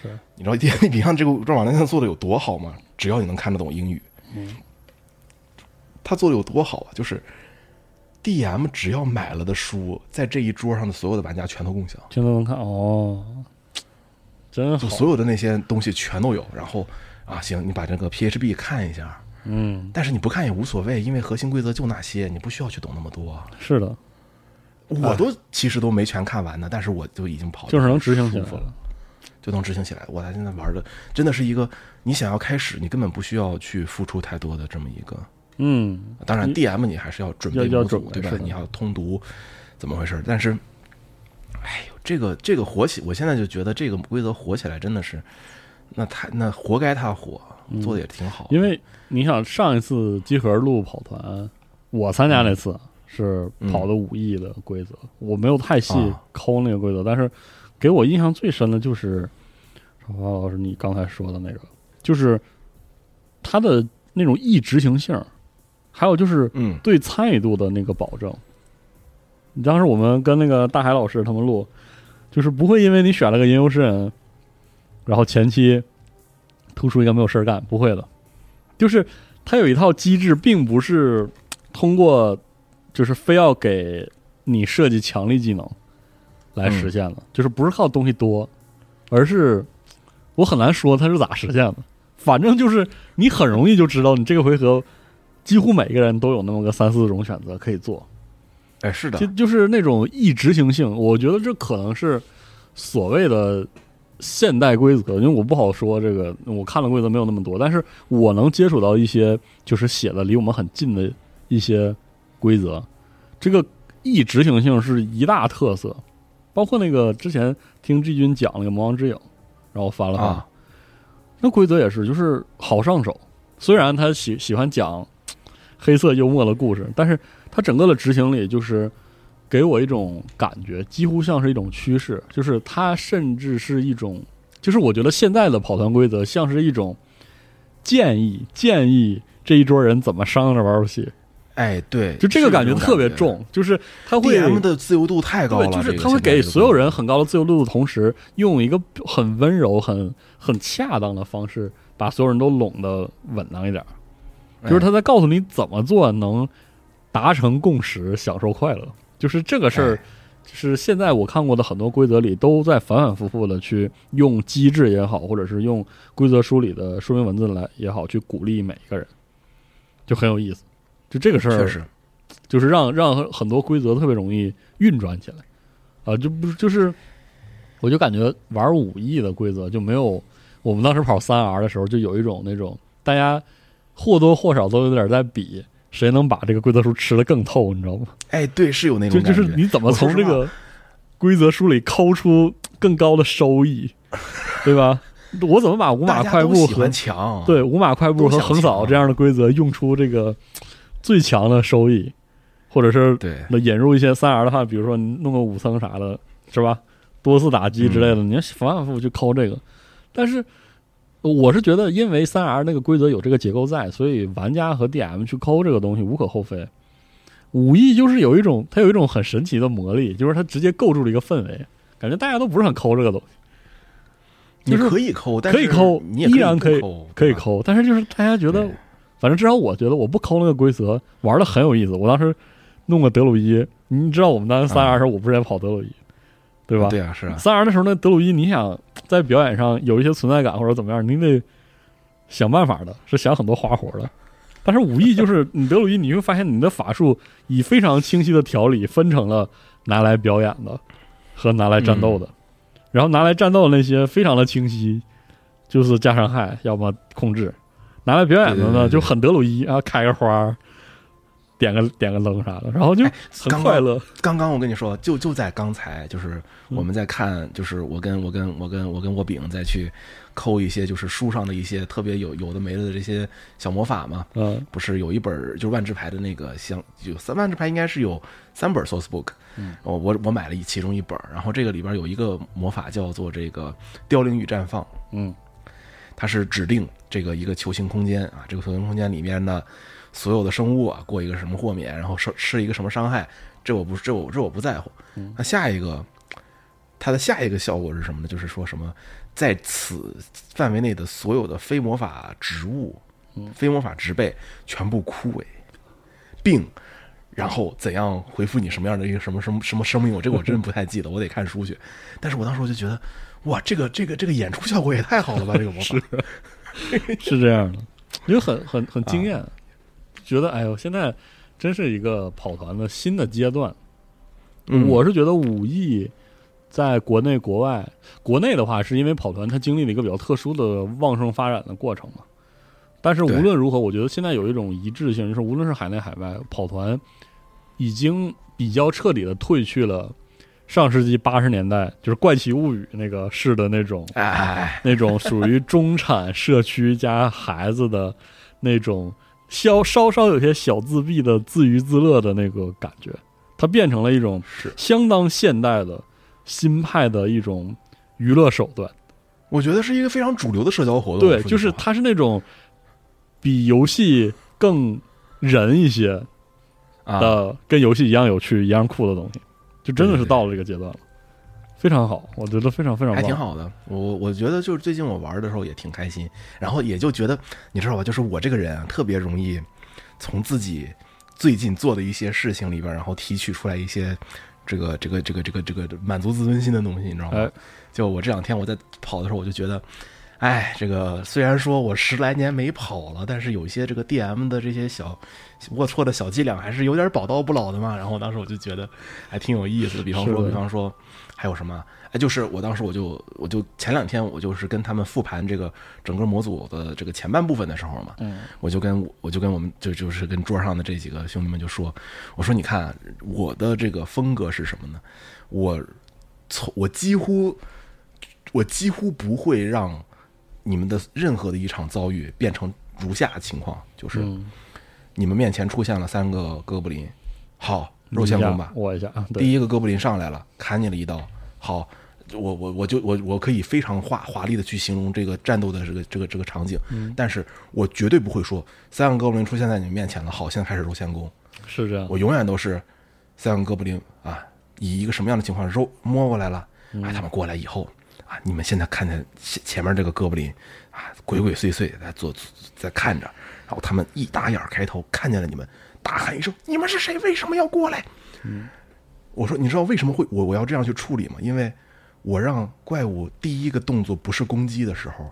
[SPEAKER 2] 是，
[SPEAKER 3] 你知道 D N D Beyond 这个这网站做的有多好吗？只要你能看得懂英语，他做的有多好啊？就是 D M 只要买了的书，在这一桌上的所有的玩家全都共享。
[SPEAKER 2] 全都能看哦，真
[SPEAKER 3] 就，
[SPEAKER 2] 好
[SPEAKER 3] 所有的那些东西全都有。然后啊，行，你把这个 PHB 看一下，
[SPEAKER 2] 嗯，
[SPEAKER 3] 但是你不看也无所谓，因为核心规则就那些，你不需要去懂那么多。
[SPEAKER 2] 是的，
[SPEAKER 3] 我都其实都没全看完呢，但是我就已经跑得
[SPEAKER 2] 就是能执行起
[SPEAKER 3] 舒
[SPEAKER 2] 来
[SPEAKER 3] 服了
[SPEAKER 2] 了。，
[SPEAKER 3] 就能执行起来。我现在玩的真的是一个，你想要开始，你根本不需要去付出太多的这么一个。
[SPEAKER 2] 嗯，
[SPEAKER 3] 当然
[SPEAKER 2] 你
[SPEAKER 3] ，DM 你还是要准备
[SPEAKER 2] 要要
[SPEAKER 3] 模组，
[SPEAKER 2] 准备
[SPEAKER 3] 对吧
[SPEAKER 2] 是？的
[SPEAKER 3] 你要通读，怎么回事？但是，哎呦，这个这个火起，我现在就觉得这个规则火起来真的是，那他那活该他火，做的也挺好。
[SPEAKER 2] 嗯因为你想上一次集合录跑团，我参加那
[SPEAKER 3] 嗯
[SPEAKER 2] 次是跑的五 E 的规则，我没有太细
[SPEAKER 3] 啊
[SPEAKER 2] 抠那个规则，但是给我印象最深的就是少华老师你刚才说的那个，就是它的那种易执行性，还有就是
[SPEAKER 3] 嗯，
[SPEAKER 2] 对参与度的那个保证。你当时我们跟那个大海老师他们录，就是不会因为你选了个吟游诗人，然后前期突出一个没有事儿干，不会的。就是它有一套机制，并不是通过就是非要给你设计强力技能来实现的，就是不是靠东西多，而是我很难说它是咋实现的。反正就是你很容易就知道，你这个回合几乎每个人都有那么个三四种选择可以做，
[SPEAKER 3] 哎，是的
[SPEAKER 2] 就，就是那种易执行性。我觉得这可能是所谓的现代规则，因为我不好说这个，我看了规则没有那么多，但是我能接触到一些就是写的离我们很近的一些规则，这个易执行性是一大特色。包括那个之前听志军讲那个《魔王之影》，然后我翻了翻，
[SPEAKER 3] 啊，
[SPEAKER 2] 那规则也是，就是好上手。虽然他喜喜欢讲黑色幽默的故事，但是他整个的执行力就是给我一种感觉，几乎像是一种趋势，就是它甚至是一种，就是我觉得现在的跑团规则像是一种建议，建议这一桌人怎么商量着玩游戏，
[SPEAKER 3] 哎，对，
[SPEAKER 2] 就这
[SPEAKER 3] 是
[SPEAKER 2] 个
[SPEAKER 3] 种
[SPEAKER 2] 感
[SPEAKER 3] 感
[SPEAKER 2] 觉特别。重，就是他会
[SPEAKER 3] DM 的自由度太高了，
[SPEAKER 2] 对，就是
[SPEAKER 3] 这个
[SPEAKER 2] 他会
[SPEAKER 3] 现在
[SPEAKER 2] 给
[SPEAKER 3] 这个
[SPEAKER 2] 所有
[SPEAKER 3] 规则
[SPEAKER 2] 人很高的自由度的同时，用一个很温柔、很很恰当的方式，把所有人都拢得稳当一点儿。
[SPEAKER 3] 哎
[SPEAKER 2] 就是他在告诉你怎么做能达成共识，享受快乐。就是这个事儿
[SPEAKER 3] 哎，
[SPEAKER 2] 就是现在我看过的很多规则里都在反反复复的去用机制也好，或者是用规则书里的说明文字来也好，去鼓励每一个人，就很有意思。就这个事
[SPEAKER 3] 确
[SPEAKER 2] 儿，
[SPEAKER 3] 实
[SPEAKER 2] 就是让让很多规则特别容易运转起来。啊，就不就是，我就感觉玩武艺的规则就没有我们当时跑三 R 的时候，就有一种那种大家或多或少都有点在比谁能把这个规则书吃得更透，你知道吗？
[SPEAKER 3] 哎，对，是有那
[SPEAKER 2] 就
[SPEAKER 3] 种
[SPEAKER 2] 就
[SPEAKER 3] 感
[SPEAKER 2] 是
[SPEAKER 3] 觉。
[SPEAKER 2] 你怎么
[SPEAKER 3] 我说
[SPEAKER 2] 从这
[SPEAKER 3] 实话
[SPEAKER 2] 个规则书里抠出更高的收益，对吧？我怎么把五
[SPEAKER 3] 大
[SPEAKER 2] 马
[SPEAKER 3] 家
[SPEAKER 2] 快
[SPEAKER 3] 都
[SPEAKER 2] 步
[SPEAKER 3] 喜
[SPEAKER 2] 和
[SPEAKER 3] 欢强，
[SPEAKER 2] 对五马快步
[SPEAKER 3] 都
[SPEAKER 2] 和
[SPEAKER 3] 想
[SPEAKER 2] 横扫
[SPEAKER 3] 强
[SPEAKER 2] 这样的规则用出这个最强的收益，或者是
[SPEAKER 3] 对
[SPEAKER 2] 那引入一些三 R 的话，比如说你弄个五僧啥的，是吧？多次打击之类的，
[SPEAKER 3] 嗯
[SPEAKER 2] 你要反反复复去抠这个。但是我是觉得，因为三 R 那个规则有这个结构在，所以玩家和 DM 去抠这个东西无可厚非。武艺就是有一种，它有一种很神奇的魔力，就是它直接构筑了一个氛围，感觉大家都不是很抠这个东西。
[SPEAKER 3] 你
[SPEAKER 2] 就是
[SPEAKER 3] 可以抠，但
[SPEAKER 2] 可以
[SPEAKER 3] 是
[SPEAKER 2] 抠
[SPEAKER 3] 你也
[SPEAKER 2] 依然可以
[SPEAKER 3] 抠，
[SPEAKER 2] 可以
[SPEAKER 3] 对吧。
[SPEAKER 2] 抠，但是就是大家觉得
[SPEAKER 3] 对，
[SPEAKER 2] 反正至少我觉得我不抠那个规则玩的很有意思。我当时弄个德鲁伊，你知道我们当时三 R 的时候，我不是也跑德鲁伊，对吧？
[SPEAKER 3] 对啊，是啊，
[SPEAKER 2] 三 R 的时候，那德鲁伊你想在表演上有一些存在感或者怎么样，你得想办法的，是想很多花活的。但是武艺就是你德鲁伊，你会发现你的法术以非常清晰的条理分成了拿来表演的和拿来战斗的，
[SPEAKER 3] 嗯
[SPEAKER 2] 然后拿来战斗的那些非常的清晰，就是加伤害，要么控制；拿来表演的呢
[SPEAKER 3] 对对对对
[SPEAKER 2] 就很德鲁伊啊，开个花儿，点个点个灯啥的，然后就
[SPEAKER 3] 哎
[SPEAKER 2] 很
[SPEAKER 3] 刚
[SPEAKER 2] 快
[SPEAKER 3] 刚
[SPEAKER 2] 乐。嗯
[SPEAKER 3] 刚刚我跟你说，就就在刚才，就是我们在看，就是我跟我跟我跟我跟我饼再去抠一些，就是书上的一些特别有有的没的这些小魔法嘛。
[SPEAKER 2] 嗯
[SPEAKER 3] 不是有一本儿就是万智牌的那个像有三万智牌应该是有三本 source book，
[SPEAKER 2] 嗯，
[SPEAKER 3] 我我我买了一其中一本儿，然后这个里边儿有一个魔法叫做这个凋零与绽放，
[SPEAKER 2] 嗯
[SPEAKER 3] 它是指定这个一个球形空间啊，这个球形空间里面呢，所有的生物啊过一个什么豁免，然后受吃一个什么伤害，这我不这我这我不在乎
[SPEAKER 2] 嗯。
[SPEAKER 3] 那下一个，它的下一个效果是什么呢？就是说什么在此范围内的所有的非魔法植物
[SPEAKER 2] 嗯、
[SPEAKER 3] 非魔法植被全部枯萎，并。然后怎样回复你什么样的一个什么什么什么生命？我这个我真不太记得，我得看书去。但是我当时我就觉得，哇，这个这个这个演出效果也太好了吧！这个魔法，
[SPEAKER 2] 是这样的，啊因为很很很惊艳，觉得哎呦，现在真是一个跑团的新的阶段。
[SPEAKER 3] 嗯
[SPEAKER 2] 我是觉得武艺在国内国外，国内的话是因为跑团它经历了一个比较特殊的旺盛发展的过程嘛。但是无
[SPEAKER 3] 对
[SPEAKER 2] 论如何，我觉得现在有一种一致性，就是无论是海内海外，跑团已经比较彻底的退去了上世纪八十年代就是《怪奇物语》那个式的那种
[SPEAKER 3] 哎，
[SPEAKER 2] 那种属于中产社区加孩子的那种稍稍稍有些小自闭的自娱自乐的那个感觉，它变成了一种
[SPEAKER 3] 是，
[SPEAKER 2] 相当现代的新派的一种娱乐手段。
[SPEAKER 3] 我觉得是一个非常主流的社交活动。
[SPEAKER 2] 对，
[SPEAKER 3] 哦说
[SPEAKER 2] 就
[SPEAKER 3] 句实
[SPEAKER 2] 是
[SPEAKER 3] 话
[SPEAKER 2] 它是那种比游戏更人一些
[SPEAKER 3] 啊，
[SPEAKER 2] 的，跟游戏一样有趣、一样酷的东西，就真的
[SPEAKER 3] 对
[SPEAKER 2] 是
[SPEAKER 3] 对对
[SPEAKER 2] 到了这个阶段了。非常好，我觉得非常非常
[SPEAKER 3] 还
[SPEAKER 2] 棒，
[SPEAKER 3] 挺好的。我我觉得就是最近我玩的时候也挺开心，然后也就觉得你知道吧，就是我这个人啊，特别容易从自己最近做的一些事情里边，然后提取出来一些这个这个这个这个这个满足自尊心的东西，你知道吗？
[SPEAKER 2] 哎
[SPEAKER 3] 就我这两天我在跑的时候，我就觉得，哎，这个虽然说我十来年没跑了，但是有一些这个 DM 的这些小龌龊的小伎俩，还是有点宝刀不老的嘛。然后当时我就觉得还挺有意思的，比方
[SPEAKER 2] 是
[SPEAKER 3] 说，
[SPEAKER 2] 的
[SPEAKER 3] 比方说还有什么？哎，就是我当时我就我就前两天我就是跟他们复盘这个整个模组的这个前半部分的时候嘛，
[SPEAKER 2] 嗯，
[SPEAKER 3] 我就跟我我就跟我们就就是跟桌上的这几个兄弟们就说，我说你看我的这个风格是什么呢？我从我几乎我几乎不会让你们的任何的一场遭遇变成如下情况，就是
[SPEAKER 2] 嗯
[SPEAKER 3] 你们面前出现了三个哥布林，好，肉
[SPEAKER 2] 你一
[SPEAKER 3] 先
[SPEAKER 2] 下
[SPEAKER 3] 攻吧，
[SPEAKER 2] 我一下啊，对
[SPEAKER 3] 第一个哥布林上来了，砍你了一刀。好，我我我就我我可以非常华华丽的去形容这个战斗的这个这个这个场景，但是我绝对不会说三个哥布林出现在你们面前了，好，现在开始揉仙功。
[SPEAKER 2] 是这样，
[SPEAKER 3] 我永远都是三个哥布林啊，以一个什么样的情况揉摸过来了，啊，他们过来以后啊，你们现在看见前前面这个哥布林啊，鬼鬼祟祟地在做在看着，然后他们一打眼儿开头看见了你们，大喊一声：“你们是谁？为什么要过来？”我说：“你知道为什么会我我要这样去处理吗？因为我让怪物第一个动作不是攻击的时候，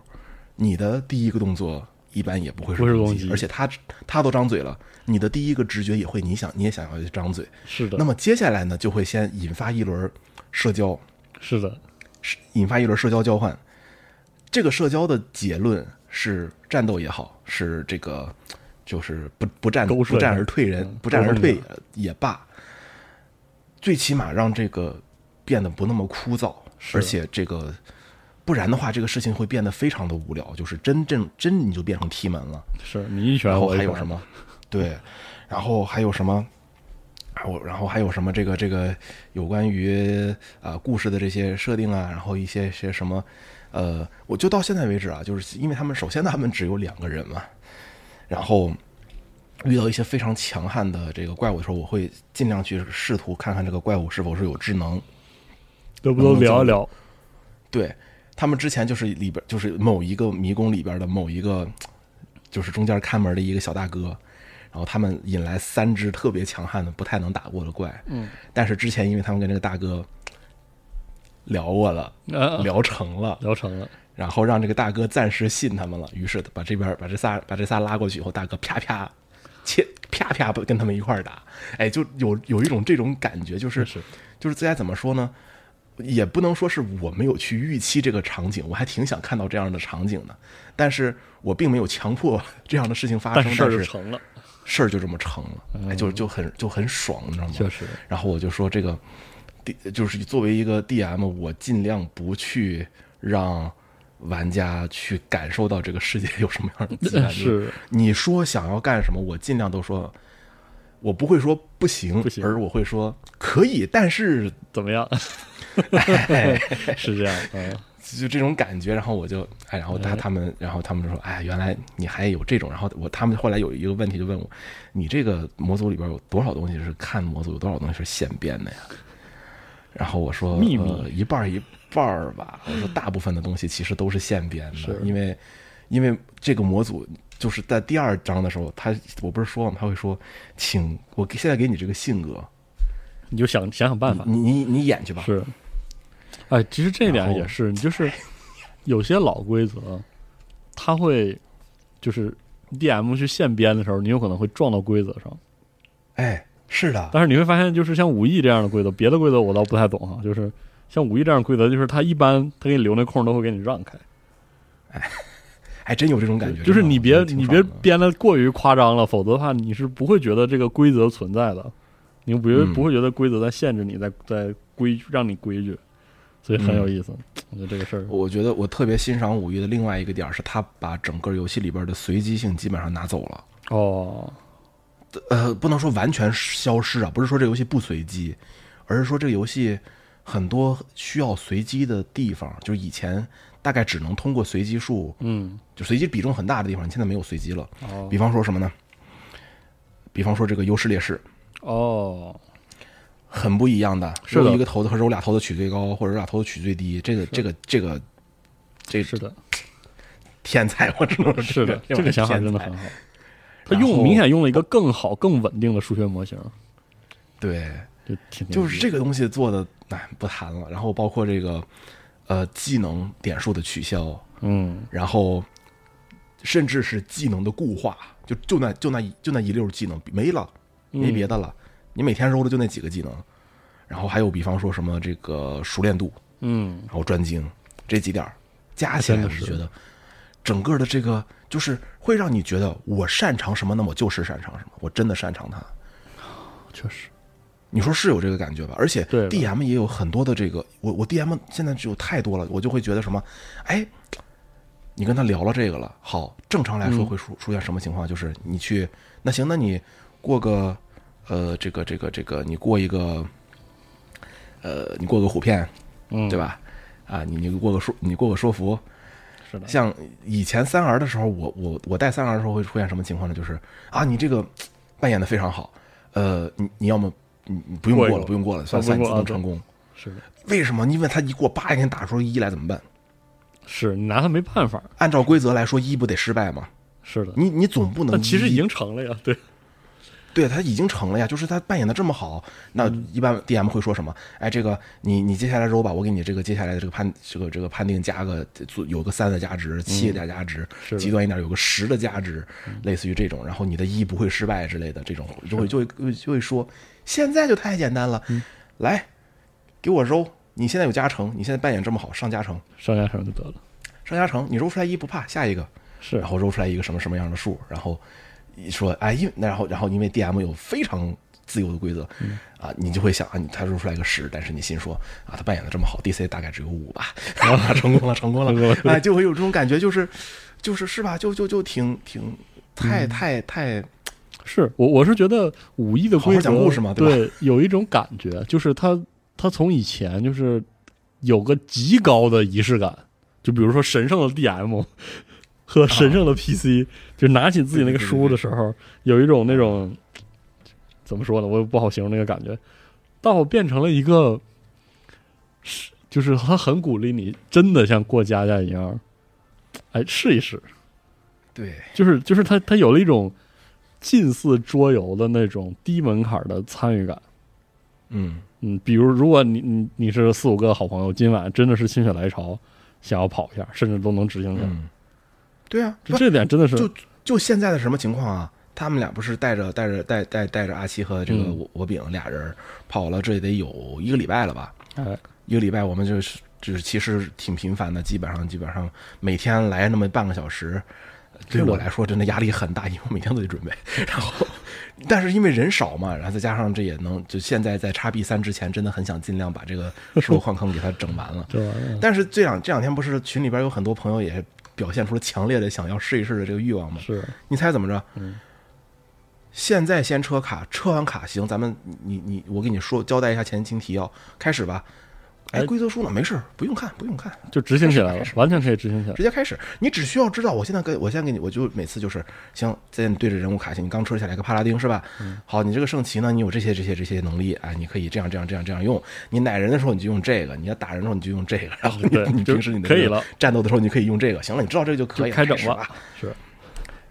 [SPEAKER 3] 你的第一个动作一般也不会
[SPEAKER 2] 不是
[SPEAKER 3] 攻
[SPEAKER 2] 攻击
[SPEAKER 3] 而且他他都张嘴了，你的第一个直觉也会你想你也想要去张嘴。
[SPEAKER 2] 是的，
[SPEAKER 3] 那么接下来呢，就会先引发一轮社交，
[SPEAKER 2] 是的，
[SPEAKER 3] 是引发一轮社交交换。这个社交的结论是战斗也好，是这个就是不不战
[SPEAKER 2] 勾
[SPEAKER 3] 不
[SPEAKER 2] 射
[SPEAKER 3] 战
[SPEAKER 2] 是
[SPEAKER 3] 而退人
[SPEAKER 2] 嗯，
[SPEAKER 3] 不战而退
[SPEAKER 2] 勾
[SPEAKER 3] 也罢，最起码让这个变得不那么枯燥，
[SPEAKER 2] 是
[SPEAKER 3] 而且这个不然的话，这个事情会变得非常的无聊，就是真正真你就变成踢门了。
[SPEAKER 2] 是你一拳
[SPEAKER 3] 然后
[SPEAKER 2] 啊我一拳，
[SPEAKER 3] 还有什么？对，然后还有什么？还有，然后还有什么？这个这个有关于啊、呃故事的这些设定啊，然后一些些什么，呃，我就到现在为止啊，就是因为他们首先他们只有两个人嘛，然后遇到一些非常强悍的这个怪物的时候，我会尽量去试图看看这个怪物是否是有智能，
[SPEAKER 2] 要不都聊一聊？
[SPEAKER 3] 对他们之前就是里边就是某一个迷宫里边的某一个，就是中间看门的一个小大哥，然后他们引来三只特别强悍的、不太能打过的怪。
[SPEAKER 2] 嗯，
[SPEAKER 3] 但是之前因为他们跟这个大哥聊过了，
[SPEAKER 2] 呃，
[SPEAKER 3] 聊成了，
[SPEAKER 2] 聊成了，
[SPEAKER 3] 然后让这个大哥暂时信他们了，于是把这边把这仨把这仨拉过去以后，大哥啪啪切啪啪跟他们一块儿打，哎，就有有一种这种感觉，就是
[SPEAKER 2] 是
[SPEAKER 3] 就是自家怎么说呢？也不能说是我没有去预期这个场景，我还挺想看到这样的场景的，但是我并没有强迫 这样的事情发
[SPEAKER 2] 但
[SPEAKER 3] 生，
[SPEAKER 2] 事
[SPEAKER 3] 但
[SPEAKER 2] 儿就是成了，嗯
[SPEAKER 3] 事儿就这么成了，哎，就就很就很爽，你知道吗？
[SPEAKER 2] 确 实，
[SPEAKER 3] 然后我就说这个 D 就是作为一个 DM，我尽量不去让玩家去感受到这个世界有什么样 的自然。就是你说想要干什么，我尽量都说，我不会说不行，
[SPEAKER 2] 不行
[SPEAKER 3] 而我会说可以，但是
[SPEAKER 2] 怎么样？是这样，嗯，
[SPEAKER 3] 就这种感觉，然后我就哎，然后他他们，然后他们就说，哎，原来你还有这种，然后我他们后来有一个问题就问我，你这个模组里边有多少东西是看模组，有多少东西是现编的呀？然后我说，
[SPEAKER 2] 秘密嗯
[SPEAKER 3] 呃、一半儿一半儿吧，我说大部分的东西其实都是现编的
[SPEAKER 2] 是，
[SPEAKER 3] 因为因为这个模组就是在第二章的时候，他我不是说嘛，他会说，请我给现在给你这个性格，
[SPEAKER 2] 你就想想想办法，
[SPEAKER 3] 你你你演去吧，
[SPEAKER 2] 是，哎，其实这一
[SPEAKER 3] 嗯然
[SPEAKER 2] 点
[SPEAKER 3] 后
[SPEAKER 2] 也是，你就是有些老规则，它会就是 DM 去现编的时候，你有可能会撞到规则上。
[SPEAKER 3] 哎，是的，
[SPEAKER 2] 但是你会发现，就是像武艺这样的规则，别的规则我倒不太懂哈，就是像武艺这样的规则，就是它一般它给你留那空儿都会给你让开，
[SPEAKER 3] 还哎真有这种感觉，
[SPEAKER 2] 就是
[SPEAKER 3] 真的
[SPEAKER 2] 你别
[SPEAKER 3] 挺
[SPEAKER 2] 你
[SPEAKER 3] 爽
[SPEAKER 2] 别
[SPEAKER 3] 的
[SPEAKER 2] 编的过于夸张了，否则的话你是不会觉得这个规则存在的，你不会
[SPEAKER 3] 嗯
[SPEAKER 2] 不会觉得规则在限制你，在在规让你规矩，所以很有意思。我觉得这个事儿
[SPEAKER 3] 嗯我觉得我特别欣赏五一的另外一个点儿是，他把整个游戏里边的随机性基本上拿走了。
[SPEAKER 2] 哦，
[SPEAKER 3] 呃，不能说完全消失啊，不是说这游戏不随机，而是说这个游戏很多需要随机的地方，就是以前大概只能通过随机数，
[SPEAKER 2] 嗯，
[SPEAKER 3] 就随机比重很大的地方，你现在没有随机了。
[SPEAKER 2] 哦
[SPEAKER 3] 比方说什么呢？比方说这个优势劣势，
[SPEAKER 2] 哦，
[SPEAKER 3] 很不一样的，
[SPEAKER 2] 是的
[SPEAKER 3] 揉一个头子和揉俩头子取最高，或者揉俩头子取最低，这个这个这个这
[SPEAKER 2] 是的，
[SPEAKER 3] 天才，我只能说
[SPEAKER 2] 是的，
[SPEAKER 3] 这
[SPEAKER 2] 这个想法
[SPEAKER 3] 天
[SPEAKER 2] 真的
[SPEAKER 3] 才
[SPEAKER 2] 很好。他
[SPEAKER 3] 然
[SPEAKER 2] 用
[SPEAKER 3] 后
[SPEAKER 2] 明显用了一个更好、更稳定的数学模型，
[SPEAKER 3] 对。
[SPEAKER 2] 就挺牛
[SPEAKER 3] 就是
[SPEAKER 2] 逼
[SPEAKER 3] 这个东西做的，哎，不谈了。然后包括这个，呃，技能点数的取消，
[SPEAKER 2] 嗯，
[SPEAKER 3] 然后甚至是技能的固化，就就那就那一就那一溜技能没了，没
[SPEAKER 2] 嗯
[SPEAKER 3] 别的了。你每天揉的就那几个技能，然后还有比方说什么这个熟练度，
[SPEAKER 2] 嗯，
[SPEAKER 3] 然后专精这几点儿加起来，
[SPEAKER 2] 真
[SPEAKER 3] 我
[SPEAKER 2] 的
[SPEAKER 3] 就是觉得整个的这个就是会让你觉得我擅长什么，那我就是擅长什么，我真的擅长它。
[SPEAKER 2] 确实，
[SPEAKER 3] 你说是有这个感觉吧？而且
[SPEAKER 2] 对的
[SPEAKER 3] DM 也有很多的这个，我我 DM 现在就有太多了，我就会觉得什么，哎，你跟他聊了这个了，好，正常来
[SPEAKER 2] 嗯
[SPEAKER 3] 说会出出现什么情况？就是你去，那行，那你过个，呃，这个这个这个，你过一个，呃，你过个唬骗，
[SPEAKER 2] 嗯，
[SPEAKER 3] 对？吧？啊，你你过个说，你过个说服，
[SPEAKER 2] 是的，
[SPEAKER 3] 像以前三 R 的时候，我我我带三 R 的时候会出现什么情况呢？就是啊，你这个扮演的非常好，呃，你你要么你你不用
[SPEAKER 2] 过一
[SPEAKER 3] 过了，
[SPEAKER 2] 过
[SPEAKER 3] 不用过了，算
[SPEAKER 2] 啊不
[SPEAKER 3] 算你
[SPEAKER 2] 用
[SPEAKER 3] 自
[SPEAKER 2] 过啊
[SPEAKER 3] 动成功。
[SPEAKER 2] 是的，
[SPEAKER 3] 为什么？因为他一过，叭一天打出一来怎么办？
[SPEAKER 2] 是你拿他没办法，
[SPEAKER 3] 按照规则来说，一不得失败吗？
[SPEAKER 2] 是的。
[SPEAKER 3] 你你总不能
[SPEAKER 2] 但其实已
[SPEAKER 3] 一
[SPEAKER 2] 经成了呀，对，
[SPEAKER 3] 对他已经成了呀，就是他扮演的这么好，那
[SPEAKER 2] 嗯
[SPEAKER 3] 一般 DM 会说什么？哎，这个你你接下来揉吧，我给你这个接下来的这个判这个这个判定加个有个三的价值，七的价值，
[SPEAKER 2] 嗯是的嗯
[SPEAKER 3] 极端一点有个十的价值，类似于这种，然后你的一不会失败之类的这种，
[SPEAKER 2] 嗯
[SPEAKER 3] 就会就会就会说现在就太简单了，来给我揉，你现在有加成，你现在扮演这么好，上加成，
[SPEAKER 2] 上下城就得了。
[SPEAKER 3] 上加成，你揉出来一不怕，下一个，
[SPEAKER 2] 是
[SPEAKER 3] 然后揉出来一个什么什么样的数，然后一说哎，因为那然后然后因为 DM 有非常自由的规则啊，你就会想啊，你他揉出来一个十，但是你心说啊，他扮演的这么好，DC 大概只有五吧， 啊，成功了，成功
[SPEAKER 2] 成功了
[SPEAKER 3] 了，哎，就会有这种感觉，就是就是是吧？就就就挺挺太太太
[SPEAKER 2] 是我我是觉得五一的规则
[SPEAKER 3] 好好讲故事嘛对吧
[SPEAKER 2] 对，有一种感觉，就是它它从以前就是有个极高的仪式感，就比如说神圣的 DM
[SPEAKER 3] 啊
[SPEAKER 2] 和神圣的 PC，、就拿起自己那个书的时候，有一种那种怎么说呢，我也不好形容那个感觉，到变成了一个是就是他很鼓励你，真的像过家家一样，哎，试一试。
[SPEAKER 3] 对，
[SPEAKER 2] 就是就是它它有了一种近似桌游的那种低门槛的参与感。
[SPEAKER 3] 嗯
[SPEAKER 2] 嗯，比如如果你你你是四五个好朋友，今晚真的是心血来潮，想要跑一下，甚至都能执行下来，
[SPEAKER 3] 嗯，对啊，
[SPEAKER 2] 就这点真的是
[SPEAKER 3] 就就现在的什么情况啊？他们俩不是带着带着带带带着阿七和这个
[SPEAKER 2] 嗯
[SPEAKER 3] 我我饼俩人儿跑了，这得有一个礼拜了吧？
[SPEAKER 2] 哎
[SPEAKER 3] 一个礼拜我们就是就是其实挺频繁的，基本上基本上每天来那么半个小时，对
[SPEAKER 2] 是的
[SPEAKER 3] 我来说真的压力很大，因为我每天都得准备。然 后，但是因为人少嘛，然后再加上这也能就现在在叉 B 三之前，真的很想尽量把这个石头矿坑给它整完了。
[SPEAKER 2] 这玩意儿
[SPEAKER 3] 但是这两这两天不是群里边有很多朋友也表现出了强烈的想要试一试的这个欲望吗？
[SPEAKER 2] 是
[SPEAKER 3] 你猜怎么着？
[SPEAKER 2] 嗯
[SPEAKER 3] 现在先车卡，车完卡行，咱们你你我给你说交代一下前情提要，开始吧。哎，
[SPEAKER 2] 哎
[SPEAKER 3] 规则书呢？没事儿，不用看，不用看，
[SPEAKER 2] 就执行起来了
[SPEAKER 3] 开始开，始
[SPEAKER 2] 完全可以执行起来
[SPEAKER 3] 直。接开始。你只需要知道，我现在跟我现在给你，我就每次就是行，在你对着人物卡行，你刚车下来个帕拉丁是吧？
[SPEAKER 2] 嗯
[SPEAKER 3] 好，你这个圣骑呢，你有这些这些这些能力，哎，你可以这样这样这样这样用。你奶人的时候你就用这个，你要打人的时候你就用这个，然后
[SPEAKER 2] 对
[SPEAKER 3] 你你
[SPEAKER 2] 就
[SPEAKER 3] 平时你的
[SPEAKER 2] 可以
[SPEAKER 3] 这个
[SPEAKER 2] 了
[SPEAKER 3] 战斗的时候你可以用这个。行了，你知道这个就可以
[SPEAKER 2] 就
[SPEAKER 3] 了
[SPEAKER 2] 开整
[SPEAKER 3] 始
[SPEAKER 2] 了
[SPEAKER 3] 吧。
[SPEAKER 2] 是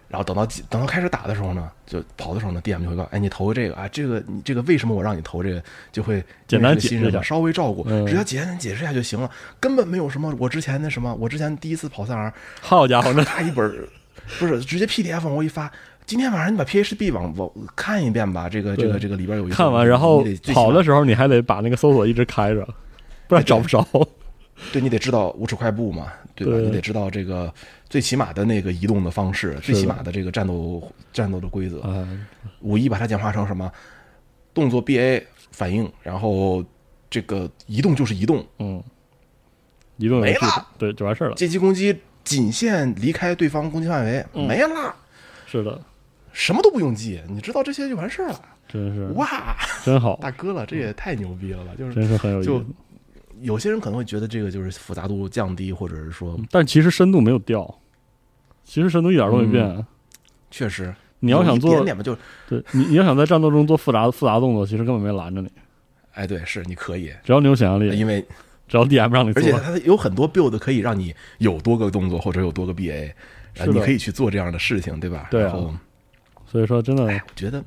[SPEAKER 3] 然后等到等到开始打的时候呢，就跑的时候呢，DM 就会告诉哎，你投个这个啊，这个你这个为什么我让你投这个，就会
[SPEAKER 2] 简单
[SPEAKER 3] 因为是
[SPEAKER 2] 解释
[SPEAKER 3] 新人
[SPEAKER 2] 一下
[SPEAKER 3] 嘛稍微照顾
[SPEAKER 2] 嗯，
[SPEAKER 3] 只要简单解释一下就行了，根本没有什么我之前那什么，我之前第一次跑三 R，
[SPEAKER 2] 好家伙，那
[SPEAKER 3] 咔一本儿，不是直接 PDF 往过一发。今天晚上你把 PHB 往往看一遍吧，这个
[SPEAKER 2] 对
[SPEAKER 3] 这个这个里边有一个
[SPEAKER 2] 看完然后
[SPEAKER 3] 你得最起码
[SPEAKER 2] 跑的时候你还得把那个搜索一直开着，不然找 不着。
[SPEAKER 3] 对你得知道无耻快步嘛，对吧？
[SPEAKER 2] 对
[SPEAKER 3] 你得知道这个最起码的那个移动的方式，最
[SPEAKER 2] 的
[SPEAKER 3] 起码的这个战斗战斗的规则。
[SPEAKER 2] 哎，
[SPEAKER 3] 五一把它简化成什么？动作 BA 反应，然后这个移动就是移动，
[SPEAKER 2] 嗯，移动游戏
[SPEAKER 3] 没了
[SPEAKER 2] 对就完事儿了。
[SPEAKER 3] 借机攻击仅限离开对方攻击范围，
[SPEAKER 2] 嗯
[SPEAKER 3] 没了，
[SPEAKER 2] 是的，
[SPEAKER 3] 什么都不用记，你知道这些就完事儿了。
[SPEAKER 2] 真是
[SPEAKER 3] 哇，
[SPEAKER 2] 真好，
[SPEAKER 3] 大哥了，这也太牛逼了吧！就
[SPEAKER 2] 真
[SPEAKER 3] 是
[SPEAKER 2] 是很有意
[SPEAKER 3] 就
[SPEAKER 2] 思。
[SPEAKER 3] 有些人可能会觉得这个就是复杂度降低，或者是说
[SPEAKER 2] 但其实深度没有掉，其实深度一点都没变。
[SPEAKER 3] 确实
[SPEAKER 2] 你要想
[SPEAKER 3] 有一点
[SPEAKER 2] 做，
[SPEAKER 3] 点吧，就
[SPEAKER 2] 对你你要想在战斗中做复杂复杂动作，其实根本没拦着你，
[SPEAKER 3] 哎对，是你可以，呃
[SPEAKER 2] 只要你有想象力，
[SPEAKER 3] 因为
[SPEAKER 2] 只要 DM 让你
[SPEAKER 3] 而
[SPEAKER 2] 做
[SPEAKER 3] 且，它有很多 build 可以让你有多个动作或者有多个 BA，
[SPEAKER 2] 是
[SPEAKER 3] 啊
[SPEAKER 2] 的
[SPEAKER 3] 你可以去做这样的事情，对吧？
[SPEAKER 2] 对啊
[SPEAKER 3] 然后。
[SPEAKER 2] 所以说真的
[SPEAKER 3] 哎，我觉得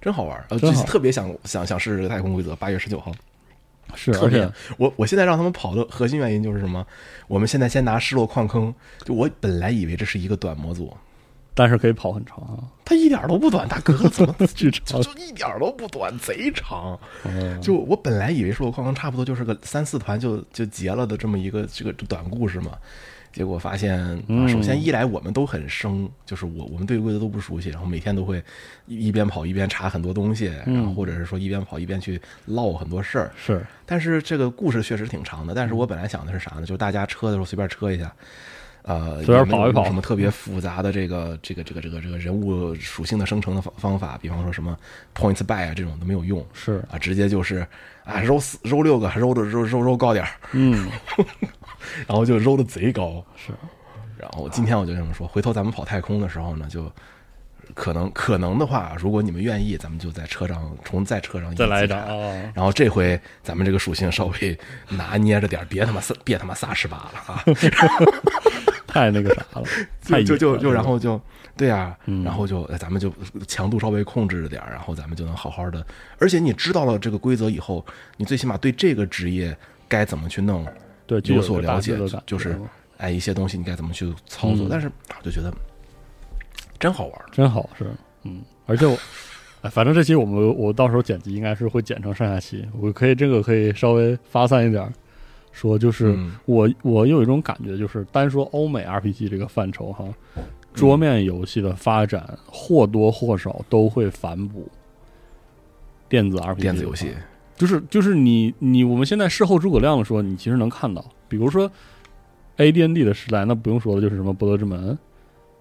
[SPEAKER 3] 真好玩儿，呃，
[SPEAKER 2] 真
[SPEAKER 3] 就
[SPEAKER 2] 好
[SPEAKER 3] 是特别想想想试试太空规则。八月十九号，
[SPEAKER 2] 是，
[SPEAKER 3] 特
[SPEAKER 2] 而
[SPEAKER 3] 别
[SPEAKER 2] 且
[SPEAKER 3] 想我我现在让他们跑的核心原因就是什么？我们现在先拿失落矿坑，就我本来以为这是一个短模组，
[SPEAKER 2] 但是可以跑很长啊，
[SPEAKER 3] 它一点儿都不短，大哥，怎么
[SPEAKER 2] 巨
[SPEAKER 3] 就
[SPEAKER 2] 长。
[SPEAKER 3] 就一点儿都不短，贼长。
[SPEAKER 2] 嗯
[SPEAKER 3] 就我本来以为失落矿坑差不多就是个三四团就就结了的这么一个这个短故事嘛。结果发现，啊
[SPEAKER 2] 嗯
[SPEAKER 3] 首先一来我们都很生，就是我我们对规则都不熟悉，然后每天都会一一边跑一边查很多东西，
[SPEAKER 2] 嗯
[SPEAKER 3] 然后或者是说一边跑一边去唠很多事儿。
[SPEAKER 2] 是
[SPEAKER 3] 但是这个故事确实挺长的，但是
[SPEAKER 2] 嗯
[SPEAKER 3] 我本来想的是啥呢？就是大家车的时候随便车一下，呃，
[SPEAKER 2] 随便
[SPEAKER 3] 也没有
[SPEAKER 2] 跑一跑
[SPEAKER 3] 什么特别复杂的这个这个这个这个这个人物属性的生成的方方法，比方说什么 points by 啊这种都没有用，
[SPEAKER 2] 是，
[SPEAKER 3] 啊，直接就是啊揉四揉六个，揉的揉揉揉高点儿，
[SPEAKER 2] 嗯，
[SPEAKER 3] 然后就揉的贼高。
[SPEAKER 2] 是
[SPEAKER 3] 然后今天我就这么说，回头咱们跑太空的时候呢，就可能可能的话，如果你们愿意，咱们就在车上重在车上
[SPEAKER 2] 再来一张
[SPEAKER 3] 张。
[SPEAKER 2] 啊，
[SPEAKER 3] 然后这回咱们这个属性稍微拿捏着点儿，别他妈撒别他妈撒十八了啊！
[SPEAKER 2] 太那个啥了，太
[SPEAKER 3] 就就就
[SPEAKER 2] 野了
[SPEAKER 3] 就然后就对啊
[SPEAKER 2] 嗯，
[SPEAKER 3] 然后就呃咱们就强度稍微控制着点儿，然后咱们就能好好的。而且你知道了这个规则以后，你最起码对这个职业该怎么去弄，
[SPEAKER 2] 对就
[SPEAKER 3] 有
[SPEAKER 2] 一
[SPEAKER 3] 所
[SPEAKER 2] 个大
[SPEAKER 3] 了解
[SPEAKER 2] 致的感觉
[SPEAKER 3] 就是哎一些东西你该怎么去操作。啊
[SPEAKER 2] 嗯
[SPEAKER 3] 但是我就觉得真好玩儿，
[SPEAKER 2] 真好，是嗯，而且我哎，反正这期我们我到时候剪辑应该是会剪成上下期，我可以这个可以稍微发散一点儿说，就是、
[SPEAKER 3] 嗯
[SPEAKER 2] 我我有一种感觉，就是单说欧美 RPG 这个范畴哈，桌面游戏的发展或多或少都会反哺电子 RPG
[SPEAKER 3] 电子游戏，
[SPEAKER 2] 就是就是你你我们现在事后诸葛亮的说，你其实能看到，比如说 AD&D 的时代，那不用说了，就是什么《博德之门》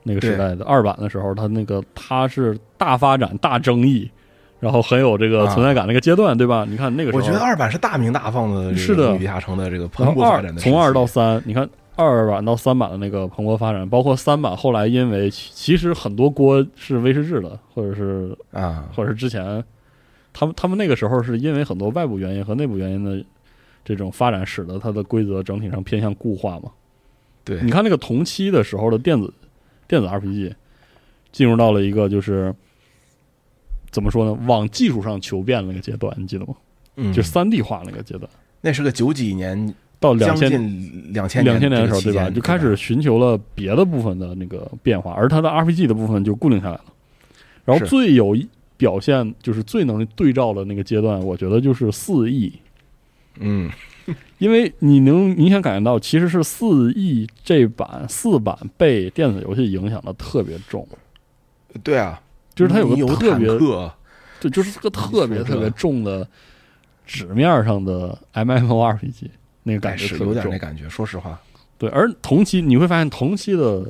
[SPEAKER 2] 那个时代的二版的时候，它那个它是大发展、大争议，然后很有这个
[SPEAKER 3] 啊
[SPEAKER 2] 存在感那个阶段，对吧？你看那个时候，
[SPEAKER 3] 我觉得二版是大名大放的，
[SPEAKER 2] 是的
[SPEAKER 3] 女地下城的这个蓬
[SPEAKER 2] 然
[SPEAKER 3] 勃
[SPEAKER 2] 后
[SPEAKER 3] 发
[SPEAKER 2] 二
[SPEAKER 3] 展的时期，
[SPEAKER 2] 从二到三，你看二版到三版的那个蓬勃发展，包括三版后来因为其其实很多锅是威士忌的，或者是
[SPEAKER 3] 啊，
[SPEAKER 2] 或者是之前他们他们那个时候是因为很多外部原因和内部原因的这种发展，使得它的规则整体上偏向固化嘛。
[SPEAKER 3] 对
[SPEAKER 2] 你看那个同期的时候的电子电子 RPG，进入到了一个就是怎么说呢，往技术上求变那个阶段，你记得吗？
[SPEAKER 3] 嗯，
[SPEAKER 2] 就三 D 化那个阶段，
[SPEAKER 3] 那是个九几年，
[SPEAKER 2] 到哦两
[SPEAKER 3] 将
[SPEAKER 2] 千
[SPEAKER 3] 近两千
[SPEAKER 2] 两千
[SPEAKER 3] 年
[SPEAKER 2] 年的时候，
[SPEAKER 3] 这个期
[SPEAKER 2] 对吧？
[SPEAKER 3] 间
[SPEAKER 2] 就开始寻求了别的部分的那个变化，而它的 RPG 的部分就固定下来了。然后
[SPEAKER 3] 是
[SPEAKER 2] 最有表现，就是最能对照的那个阶段，我觉得就是四 E，
[SPEAKER 3] 嗯，
[SPEAKER 2] 因为你能明显感觉到，其实是四 E 这版四版被电子游戏影响的特别重，
[SPEAKER 3] 对啊，
[SPEAKER 2] 就是它有个
[SPEAKER 3] 你有
[SPEAKER 2] 特别
[SPEAKER 3] 坦克，
[SPEAKER 2] 对，就是个特别
[SPEAKER 3] 你说这
[SPEAKER 2] 特别重的纸面上的 MMORPG 那
[SPEAKER 3] 哎
[SPEAKER 2] 个感觉
[SPEAKER 3] 是
[SPEAKER 2] 特
[SPEAKER 3] 有
[SPEAKER 2] 别
[SPEAKER 3] 点
[SPEAKER 2] 重
[SPEAKER 3] 那。感觉，说实话，
[SPEAKER 2] 对，而同期你会发现，同期的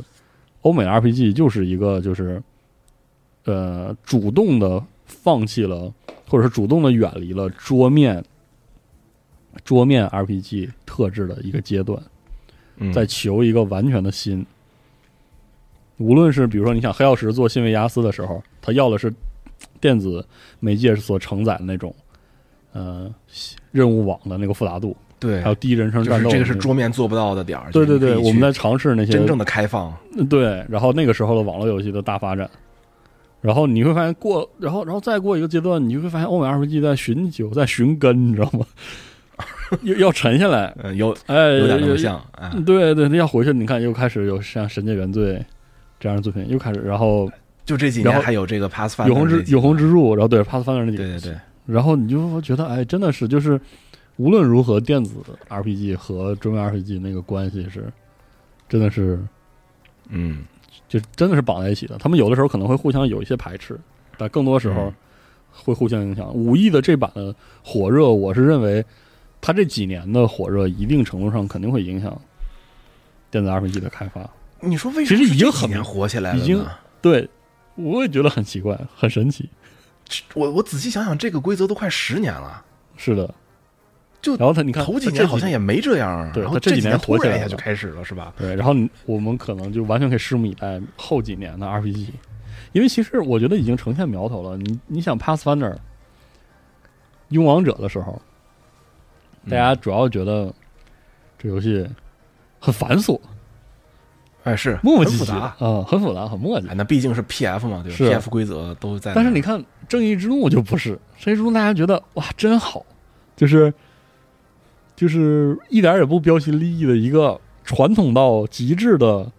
[SPEAKER 2] 欧美 RPG 就是一个就是，呃，主动的放弃了，或者是主动的远离了桌面桌面 RPG 特质的一个阶段，
[SPEAKER 3] 嗯，
[SPEAKER 2] 在求一个完全的新。无论是比如说你想黑曜石做新维亚斯的时候，他要的是电子媒介所承载的那种，呃，任务网的那个复杂度，
[SPEAKER 3] 对
[SPEAKER 2] 还，有第一人称
[SPEAKER 3] 就
[SPEAKER 2] 战
[SPEAKER 3] 是
[SPEAKER 2] 斗的那种。
[SPEAKER 3] 这个是桌面做不到的点儿，
[SPEAKER 2] 对
[SPEAKER 3] 就
[SPEAKER 2] 对
[SPEAKER 3] 是你
[SPEAKER 2] 对，
[SPEAKER 3] 可以
[SPEAKER 2] 我们
[SPEAKER 3] 去
[SPEAKER 2] 在尝试那些
[SPEAKER 3] 真正的开放，
[SPEAKER 2] 对，然后那个时候的网络游戏的大发展，然后你会发现过，然后然后再过一个阶段，你会发现欧美 RPG 在寻求，在寻根，你知道吗？ 要要沉下来，
[SPEAKER 3] 嗯，有
[SPEAKER 2] 哎，
[SPEAKER 3] 有点那么像啊，
[SPEAKER 2] 对对，要回去，你看又开始有像《神界原罪》这样的作品，又开始，然后
[SPEAKER 3] 就这几
[SPEAKER 2] 然
[SPEAKER 3] 年
[SPEAKER 2] 后
[SPEAKER 3] 还有这个 Pass
[SPEAKER 2] 《永恒
[SPEAKER 3] Finder
[SPEAKER 2] 之
[SPEAKER 3] 这几
[SPEAKER 2] 永恒之柱》，然后对《Pathfinder》那几个，
[SPEAKER 3] 对对对，
[SPEAKER 2] 然后你就会觉得，哎，真的是就是，无论如何，电子 RPG 和桌面 RPG 那个关系是，真的是
[SPEAKER 3] 嗯，
[SPEAKER 2] 就真的是绑在一起的。他们有的时候可能会互相有一些排斥，但更多时候
[SPEAKER 3] 嗯
[SPEAKER 2] 会互相影响。五亿的这版的火热，我是认为它这几年的火热，一定程度上肯定会影响电子 RPG 的开发。
[SPEAKER 3] 你说为什
[SPEAKER 2] 其实
[SPEAKER 3] 么
[SPEAKER 2] 已经
[SPEAKER 3] 这几
[SPEAKER 2] 很
[SPEAKER 3] 年火起来了呢，
[SPEAKER 2] 已经对，我也觉得很奇怪，很神奇。
[SPEAKER 3] 我我仔细想想，这个规则都快十年了，
[SPEAKER 2] 是的，
[SPEAKER 3] 就
[SPEAKER 2] 然后他你看
[SPEAKER 3] 头几
[SPEAKER 2] 它
[SPEAKER 3] 年好像
[SPEAKER 2] 几
[SPEAKER 3] 也没这样儿，
[SPEAKER 2] 对
[SPEAKER 3] 然后
[SPEAKER 2] 它这
[SPEAKER 3] 几
[SPEAKER 2] 几
[SPEAKER 3] 年
[SPEAKER 2] 年
[SPEAKER 3] 突
[SPEAKER 2] 火起
[SPEAKER 3] 然
[SPEAKER 2] 来
[SPEAKER 3] 一下就
[SPEAKER 2] 了
[SPEAKER 3] 开始了，是吧？
[SPEAKER 2] 对，然后你我们可能就完全可以拭目以待后几年的 RPG，因为其实我觉得已经呈现苗头了。你你想 Pathfinder 勇王者的时候，
[SPEAKER 3] 嗯
[SPEAKER 2] 大家主要觉得这游戏很繁琐、
[SPEAKER 3] 哎，是
[SPEAKER 2] 磨磨
[SPEAKER 3] 很
[SPEAKER 2] 唧
[SPEAKER 3] 复
[SPEAKER 2] 唧
[SPEAKER 3] 杂
[SPEAKER 2] 啊、，嗯很复杂、很磨叽
[SPEAKER 3] 哎，。那毕竟是 PF 嘛，对
[SPEAKER 2] 是啊
[SPEAKER 3] 吧？PF 规则都在那儿，
[SPEAKER 2] 但是你看《正义之怒》就不是，《正义之怒》大家觉得哇真好，就是就是一点儿也不标新立异的一个传统到极致的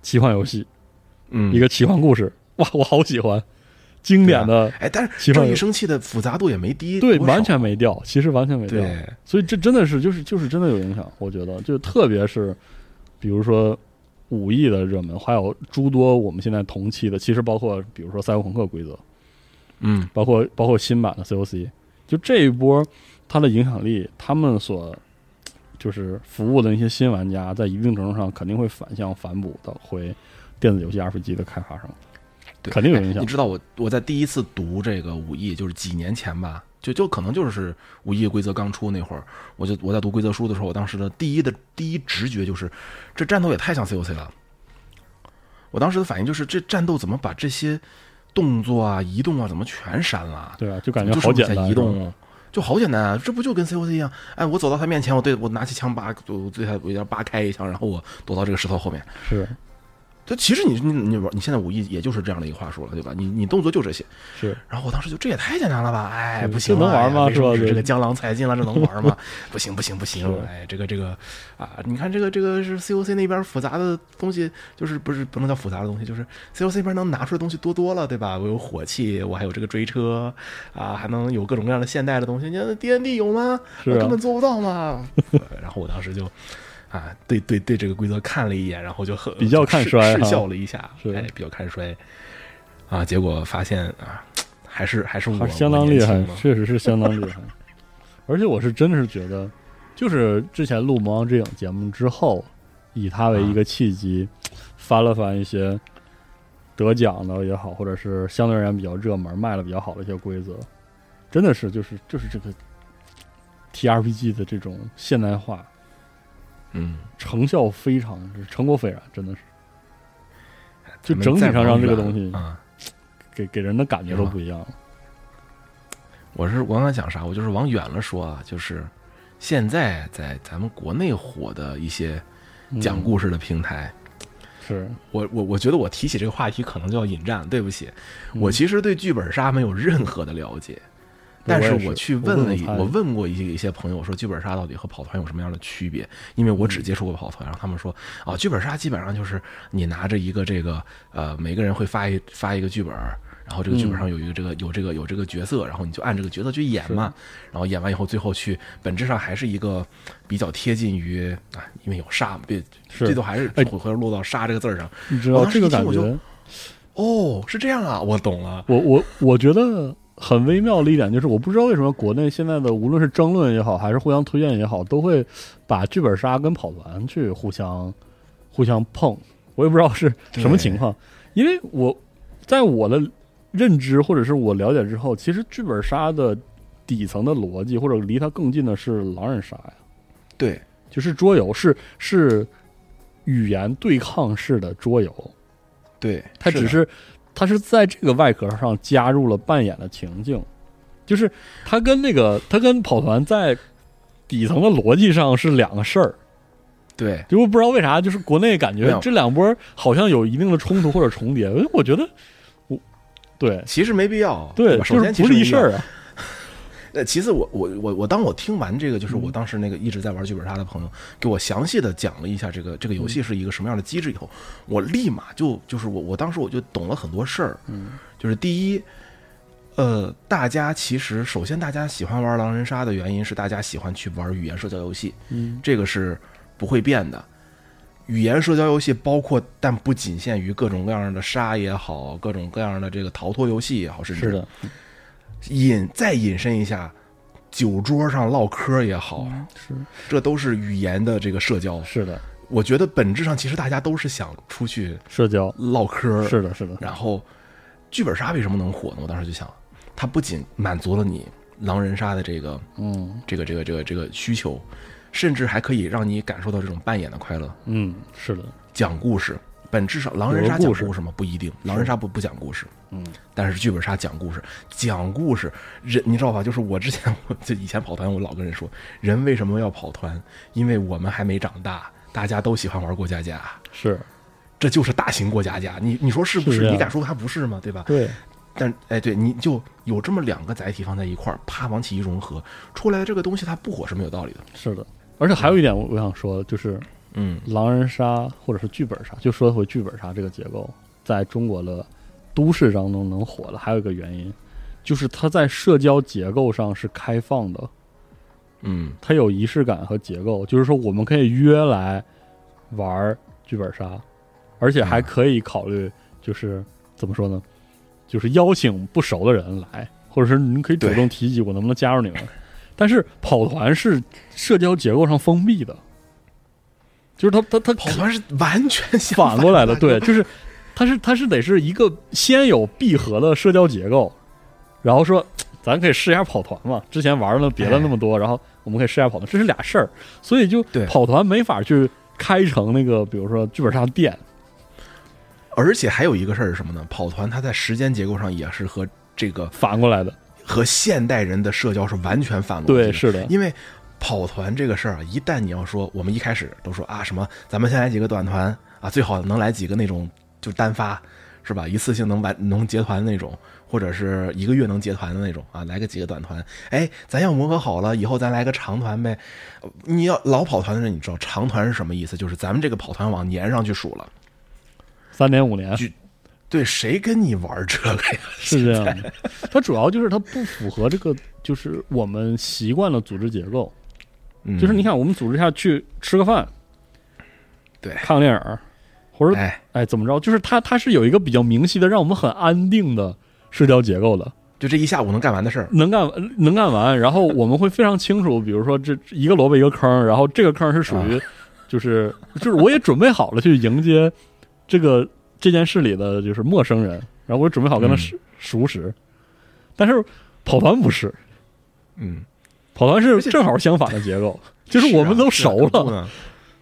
[SPEAKER 2] 奇幻游戏。
[SPEAKER 3] 嗯
[SPEAKER 2] 一个奇幻故事，哇，我好喜欢，经典的，
[SPEAKER 3] 哎，但是
[SPEAKER 2] 奇幻
[SPEAKER 3] 正义
[SPEAKER 2] 游
[SPEAKER 3] 生气的复杂度也没低多
[SPEAKER 2] 对，
[SPEAKER 3] 少，
[SPEAKER 2] 完全没掉，其实完全没掉，
[SPEAKER 3] 对，
[SPEAKER 2] 所以这真的是就是就是真的有影响，我觉得，就特别是比如说武艺的热门，还有诸多我们现在同期的，其实包括比如说赛博朋克规则，
[SPEAKER 3] 嗯，
[SPEAKER 2] 包括包括新版的 COC，就这一波它的影响力，他们所就是服务的那些新玩家，在一定程度上肯定会反向反哺到回电子游戏 RPG 的开发上，
[SPEAKER 3] 对
[SPEAKER 2] 肯定有影
[SPEAKER 3] 哎
[SPEAKER 2] 响
[SPEAKER 3] 你知道我我在第一次读这个武艺，就是几年前吧，就就可能就是武艺规则刚出那会儿，我就我在读规则书的时候，我当时的第一的第一直觉就是，这战斗也太像 COC 了。我当时的反应就是，这战斗怎么把这些动作啊、移动啊，怎么全删了？啊
[SPEAKER 2] 对吧？啊就感觉
[SPEAKER 3] 就
[SPEAKER 2] 好
[SPEAKER 3] 剩
[SPEAKER 2] 简
[SPEAKER 3] 下
[SPEAKER 2] 单，
[SPEAKER 3] 移动就好简单啊，这不就跟 COC 一样？哎，我走到他面前，我对我拿起枪把我对他我要扒开一枪，然后我躲到这个石头后面。
[SPEAKER 2] 是吧，
[SPEAKER 3] 就其实你你你玩你现在武艺也就是这样的一个话术了，对吧？你你动作就这些。
[SPEAKER 2] 是
[SPEAKER 3] 然后我当时就这也太简单了吧，哎，
[SPEAKER 2] 嗯
[SPEAKER 3] 不行
[SPEAKER 2] 这能
[SPEAKER 3] 啊
[SPEAKER 2] 玩
[SPEAKER 3] 哎呀
[SPEAKER 2] 吗
[SPEAKER 3] 为什么
[SPEAKER 2] 是吧
[SPEAKER 3] 是这
[SPEAKER 2] 对
[SPEAKER 3] 个江郎才尽了，这能玩 吗？不行不行不行
[SPEAKER 2] 是，
[SPEAKER 3] 哎，这个这个啊，你看这个这个是 COC 那边复杂的东西，就是不是不能叫复杂的东西，就是 COC 那边能拿出的东西多多了，对吧？我有火器，我还有这个追车啊，还能有各种各样的现代的东西。你看 D N D 有吗？
[SPEAKER 2] 是
[SPEAKER 3] 我
[SPEAKER 2] 啊
[SPEAKER 3] 根本做不到嘛。 然后我当时就。啊，对对对，这个规则看了一眼，然后就很
[SPEAKER 2] 比较看衰
[SPEAKER 3] 就
[SPEAKER 2] 哈
[SPEAKER 3] 试笑了一下，
[SPEAKER 2] 是
[SPEAKER 3] 哎，比较看衰，啊，结果发现啊，还是还是我
[SPEAKER 2] 还是相当厉害，
[SPEAKER 3] 是
[SPEAKER 2] 确实是相当厉害。 而且我是真的是觉得，就是之前录《魔王之影》节目之后，以它为
[SPEAKER 3] 啊
[SPEAKER 2] 一个契机，翻了翻一些得奖的也好，或者是相对而言比较热门、卖的比较好的一些规则，真的是就是就是这个 T R P G 的这种现代化
[SPEAKER 3] 嗯，
[SPEAKER 2] 成效非常，就是成果斐然，真的是就
[SPEAKER 3] 咱们
[SPEAKER 2] 整体
[SPEAKER 3] 再
[SPEAKER 2] 上
[SPEAKER 3] 往
[SPEAKER 2] 让这个
[SPEAKER 3] 远
[SPEAKER 2] 东西
[SPEAKER 3] 啊，
[SPEAKER 2] 给给人的感觉都不一样了。
[SPEAKER 3] 我是我刚才讲啥？我就是往远了说啊，就是现在在咱们国内火的一些
[SPEAKER 2] 嗯
[SPEAKER 3] 讲故事的平台，
[SPEAKER 2] 是，
[SPEAKER 3] 我我我觉得我提起这个话题可能就要引战，对不起，
[SPEAKER 2] 嗯
[SPEAKER 3] 我其实对剧本杀没有任何的了解，但
[SPEAKER 2] 我
[SPEAKER 3] 是
[SPEAKER 2] 也
[SPEAKER 3] 我
[SPEAKER 2] 是
[SPEAKER 3] 去
[SPEAKER 2] 我
[SPEAKER 3] 问
[SPEAKER 2] 不
[SPEAKER 3] 了
[SPEAKER 2] 能
[SPEAKER 3] 一，
[SPEAKER 2] 参与
[SPEAKER 3] 我问过一些一些朋友说剧本杀到底和跑团有什么样的区别？因为我
[SPEAKER 2] 嗯
[SPEAKER 3] 只接触过跑团，然后他们说啊，剧本杀基本上就是你拿着一个这个呃，每个人会发一发一个剧本儿。然后这个剧本
[SPEAKER 2] 嗯
[SPEAKER 3] 上有一个这个有这个有这个角色，然后你就按这个角色去演嘛。然后演完以后，最后去本质上还是一个比较贴近于啊，因为有杀嘛，别
[SPEAKER 2] 是
[SPEAKER 3] 这都还是
[SPEAKER 2] 哎
[SPEAKER 3] 回回落到杀这个字儿上。
[SPEAKER 2] 你知
[SPEAKER 3] 我
[SPEAKER 2] 道
[SPEAKER 3] 当时
[SPEAKER 2] 这个
[SPEAKER 3] 一听
[SPEAKER 2] 感
[SPEAKER 3] 我就
[SPEAKER 2] 觉。
[SPEAKER 3] 哦，是这样啊，我懂了。
[SPEAKER 2] 我我我觉得很微妙的一点就是，我不知道为什么国内现在的无论是争论也好，还是互相推荐也好，都会把剧本杀跟跑团去互相互相碰。我也不知道是什么情况，因为我在我的认知或者是我了解之后，其实剧本杀的底层的逻辑，或者离它更近的是狼人杀呀，
[SPEAKER 3] 对，
[SPEAKER 2] 就是桌游，是是语言对抗式的桌游。
[SPEAKER 3] 对，
[SPEAKER 2] 它只是它是在这个外壳上加入了扮演的情境，就是它跟那个它跟跑团在底层的逻辑上是两个事儿。
[SPEAKER 3] 对，
[SPEAKER 2] 就我不知道为啥，就是国内感
[SPEAKER 3] 没
[SPEAKER 2] 觉
[SPEAKER 3] 有
[SPEAKER 2] 这两波好像有一定的冲突或者重叠。我我觉得我对
[SPEAKER 3] 其实没必要。
[SPEAKER 2] 对，
[SPEAKER 3] 吧
[SPEAKER 2] 就
[SPEAKER 3] 首
[SPEAKER 2] 是
[SPEAKER 3] 先其
[SPEAKER 2] 不
[SPEAKER 3] 实
[SPEAKER 2] 是
[SPEAKER 3] 没
[SPEAKER 2] 一
[SPEAKER 3] 必
[SPEAKER 2] 事
[SPEAKER 3] 要
[SPEAKER 2] 儿啊。
[SPEAKER 3] 呃，其次我，我我我当我听完这个，就是我
[SPEAKER 2] 嗯
[SPEAKER 3] 当时那个一直在玩剧本杀的朋友，给我详细的讲了一下这个这个游
[SPEAKER 2] 嗯
[SPEAKER 3] 戏是一个什么样的机制以后，我立马就就是我我当时我就懂了很多事儿。
[SPEAKER 2] 嗯，
[SPEAKER 3] 就是第一，呃，大家其实首先大家喜欢玩狼人杀的原因是大家喜欢去玩语言社交游戏，
[SPEAKER 2] 嗯，
[SPEAKER 3] 这个是不会变的。语言社交游戏包括，但不仅限于各种各样的杀也好，各种各样的这个逃脱游戏也好，甚至
[SPEAKER 2] 是的，
[SPEAKER 3] 引再引申一下，酒桌上唠嗑也好，
[SPEAKER 2] 是
[SPEAKER 3] 这都是语言的这个社交。
[SPEAKER 2] 是的，
[SPEAKER 3] 我觉得本质上其实大家都是想出去
[SPEAKER 2] 社交
[SPEAKER 3] 唠嗑。
[SPEAKER 2] 是的，是的，
[SPEAKER 3] 然后，剧本杀为什么能火呢？我当时就想，它不仅满足了你狼人杀的这个
[SPEAKER 2] 嗯
[SPEAKER 3] 这个这个这个这个需求，甚至还可以让你感受到这种扮演的快乐。
[SPEAKER 2] 嗯，是的，
[SPEAKER 3] 讲故事，本质上狼人杀
[SPEAKER 2] 有个
[SPEAKER 3] 讲
[SPEAKER 2] 故事
[SPEAKER 3] 故事吗？不一定，狼人杀不不讲故事。
[SPEAKER 2] 嗯，
[SPEAKER 3] 但是剧本杀讲故事，讲故事，人你知道吧？就是我之前我就以前跑团，我老跟人说，人为什么要跑团？因为我们还没长大，大家都喜欢玩过家家，
[SPEAKER 2] 是
[SPEAKER 3] 这就是大型过家家。你你说是不
[SPEAKER 2] 是
[SPEAKER 3] 是？
[SPEAKER 2] 啊
[SPEAKER 3] 你敢说它不是吗？对吧？
[SPEAKER 2] 对，
[SPEAKER 3] 但哎，对，你就有这么两个载体放在一块儿，啪往起一融合，出来的这个东西它不火是没有道理的。
[SPEAKER 2] 是的。而且还有一点，我我想说的就是，
[SPEAKER 3] 嗯，
[SPEAKER 2] 狼人杀或者是剧本杀，就说回剧本杀这个结构，在中国的都市当中能火的，还有一个原因，就是它在社交结构上是开放的，
[SPEAKER 3] 嗯，
[SPEAKER 2] 它有仪式感和结构，就是说我们可以约来玩儿剧本杀，而且还可以考虑，就是怎么说呢，就是邀请不熟的人来，或者是你可以主
[SPEAKER 3] 对
[SPEAKER 2] 动提及我能不能加入你们。但是跑团是社交结构上封闭的，就是它它它
[SPEAKER 3] 跑团是完全相
[SPEAKER 2] 反过来的，
[SPEAKER 3] 的
[SPEAKER 2] 对，就是它是它是得是一个先有闭合的社交结构，然后说咱可以试一下跑团嘛，之前玩了别的那么多，然后我们可以试一下跑团，这是俩事儿，所以就
[SPEAKER 3] 哎对
[SPEAKER 2] 跑团没法去开成那个，比如说剧本杀店，
[SPEAKER 3] 而且还有一个事儿是什么呢？跑团它在时间结构上也是和这个
[SPEAKER 2] 反过来的，
[SPEAKER 3] 和现代人的社交是完全反过来的。
[SPEAKER 2] 对，是的，
[SPEAKER 3] 因为跑团这个事儿啊，一旦你要说我们一开始都说啊什么，咱们先来几个短团啊，最好能来几个那种就单发是吧？一次性能完能结团的那种，或者是一个月能结团的那种啊，来个几个短团。哎，咱要磨合好了，以后咱来个长团呗。呃你要老跑团的人，你知道长团是什么意思？就是咱们这个跑团往年上去数了。
[SPEAKER 2] 三年五年
[SPEAKER 3] 就对，谁跟你玩这个呀？
[SPEAKER 2] 是这样 的。它主要就是它不符合这个，就是我们习惯了组织结构。
[SPEAKER 3] 嗯
[SPEAKER 2] 就是你看，我们组织一下去吃个饭，
[SPEAKER 3] 对
[SPEAKER 2] 看个电影儿，或者
[SPEAKER 3] 哎，
[SPEAKER 2] 哎怎么着，就是它它是有一个比较明晰的，让我们很安定的社交结构的。
[SPEAKER 3] 就这一下午能干完的事儿，
[SPEAKER 2] 能干完能干完，然后我们会非常清楚，比如说这一个萝卜一个坑，然后这个坑是属于，啊就是就是我也准备好了去迎接这个这件事里的就是陌生人，然后我也准备好跟他
[SPEAKER 3] 嗯
[SPEAKER 2] 熟熟识，但是跑团不是，
[SPEAKER 3] 嗯，
[SPEAKER 2] 跑团是
[SPEAKER 3] 而且
[SPEAKER 2] 正好相反的结构，就是我们都熟
[SPEAKER 3] 是啊
[SPEAKER 2] 了，，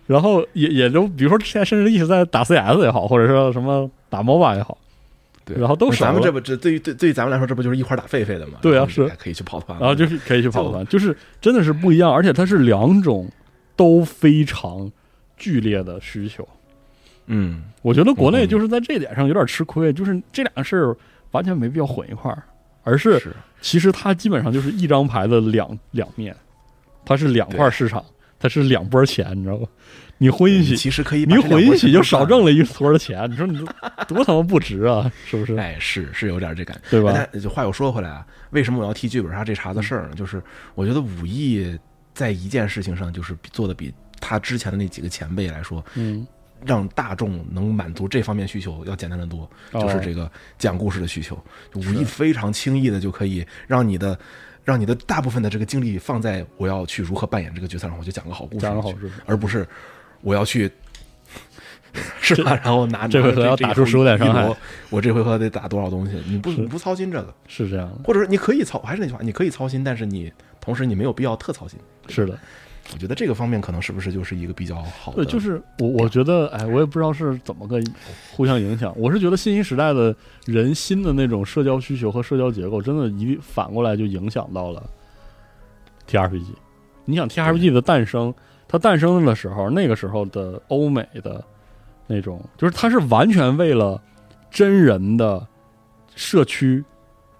[SPEAKER 2] 然后也也都比如说现在甚至一直在打 CS 也好，或者说什么打 MOBA 也好，
[SPEAKER 3] 对
[SPEAKER 2] 然后都
[SPEAKER 3] 那
[SPEAKER 2] 熟
[SPEAKER 3] 咱们
[SPEAKER 2] 了
[SPEAKER 3] 这，不这对于对对于咱们来说，这不就是一块儿打狒狒的吗？
[SPEAKER 2] 对
[SPEAKER 3] 然后
[SPEAKER 2] 啊
[SPEAKER 3] 你
[SPEAKER 2] 是
[SPEAKER 3] 还可以去跑团啊了，
[SPEAKER 2] 然后啊就是可以去跑团，就是真的是不一样，而且它是两种都非常剧烈的需求。
[SPEAKER 3] 嗯，
[SPEAKER 2] 我觉得国内
[SPEAKER 3] 嗯
[SPEAKER 2] 就是在这点上有点吃亏，就是这两个事儿完全没必要混一块儿，而是
[SPEAKER 3] 是
[SPEAKER 2] 其实它基本上就是一张牌的两两面，它是两块市场，它是两波钱，你知道吧？你混一
[SPEAKER 3] 你
[SPEAKER 2] 起，
[SPEAKER 3] 其实可以把
[SPEAKER 2] 你
[SPEAKER 3] 这两拨
[SPEAKER 2] 混一
[SPEAKER 3] 儿
[SPEAKER 2] 起
[SPEAKER 3] 钱
[SPEAKER 2] 就
[SPEAKER 3] 都
[SPEAKER 2] 少
[SPEAKER 3] 干
[SPEAKER 2] 挣
[SPEAKER 3] 了。
[SPEAKER 2] 了一撮儿钱，你说你这多他妈不值啊，是不是？
[SPEAKER 3] 哎，是是有点这感觉，
[SPEAKER 2] 对吧
[SPEAKER 3] 哎但就话又说回来啊，为什么我要提剧本杀这茬子事儿呢？就是我觉得武艺在一件事情上，就是比做的比他之前的那几个前辈来说，
[SPEAKER 2] 嗯，
[SPEAKER 3] 让大众能满足这方面需求要简单的多，
[SPEAKER 2] 哦
[SPEAKER 3] 就是这个讲故事的需求，武艺非常轻易的就可以让你的。让你的大部分的这个精力放在我要去如何扮演这个角色上，我就讲个好故事上
[SPEAKER 2] 讲
[SPEAKER 3] 去，
[SPEAKER 2] 个好故事
[SPEAKER 3] 而不是我要去，是吧？然后拿
[SPEAKER 2] 这回合要打出15点伤
[SPEAKER 3] 拿
[SPEAKER 2] 害，
[SPEAKER 3] 着这一摞我这回合得打多少东西？你不
[SPEAKER 2] 是
[SPEAKER 3] 你不操心这个，
[SPEAKER 2] 是这样的，
[SPEAKER 3] 或者是你可以操，还是那句话，你可以操心，但是你同时你没有必要特操心。
[SPEAKER 2] 是的。
[SPEAKER 3] 我觉得这个方面可能是不是就是一个比较好的，
[SPEAKER 2] 对，就是我，我觉得，哎，我也不知道是怎么个互相影响。我是觉得信息时代的人新的那种社交需求和社交结构，真的一反过来就影响到了 T R P G。你想 T R P G 的诞生，它诞生的时候，那个时候的欧美的那种，就是它是完全为了真人的社区。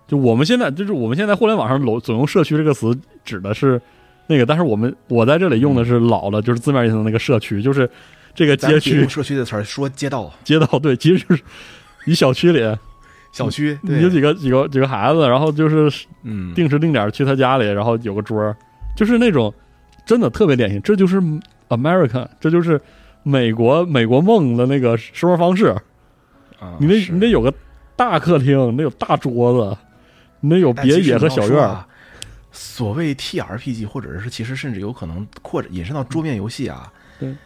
[SPEAKER 2] 就我们现在，就是我们现在互联网上总总用“社区”这个词指的是那个，但是我们我在这里用的是老了，就是字面意思的那个社区，就是这个
[SPEAKER 3] 咱
[SPEAKER 2] 街
[SPEAKER 3] 别
[SPEAKER 2] 区
[SPEAKER 3] 用社区的词儿说街道、
[SPEAKER 2] 街道，对，其实就是一小区里
[SPEAKER 3] 小区，
[SPEAKER 2] 有几
[SPEAKER 3] 对，
[SPEAKER 2] 个几个几个孩子，然后就是
[SPEAKER 3] 嗯，
[SPEAKER 2] 定时定点去他家里，然后有个桌儿，就是那种真的特别典型，这就是 American，这就是美国美国梦的那个生活方式。
[SPEAKER 3] 啊
[SPEAKER 2] 你得
[SPEAKER 3] 是
[SPEAKER 2] 你得有个大客厅，你得有大桌子，你得有
[SPEAKER 3] 但
[SPEAKER 2] 别
[SPEAKER 3] 其实
[SPEAKER 2] 野和
[SPEAKER 3] 你要
[SPEAKER 2] 小
[SPEAKER 3] 说
[SPEAKER 2] 院儿
[SPEAKER 3] 啊。所谓 TRPG，或者是其实甚至有可能扩展引申到桌面游戏啊
[SPEAKER 2] 嗯对，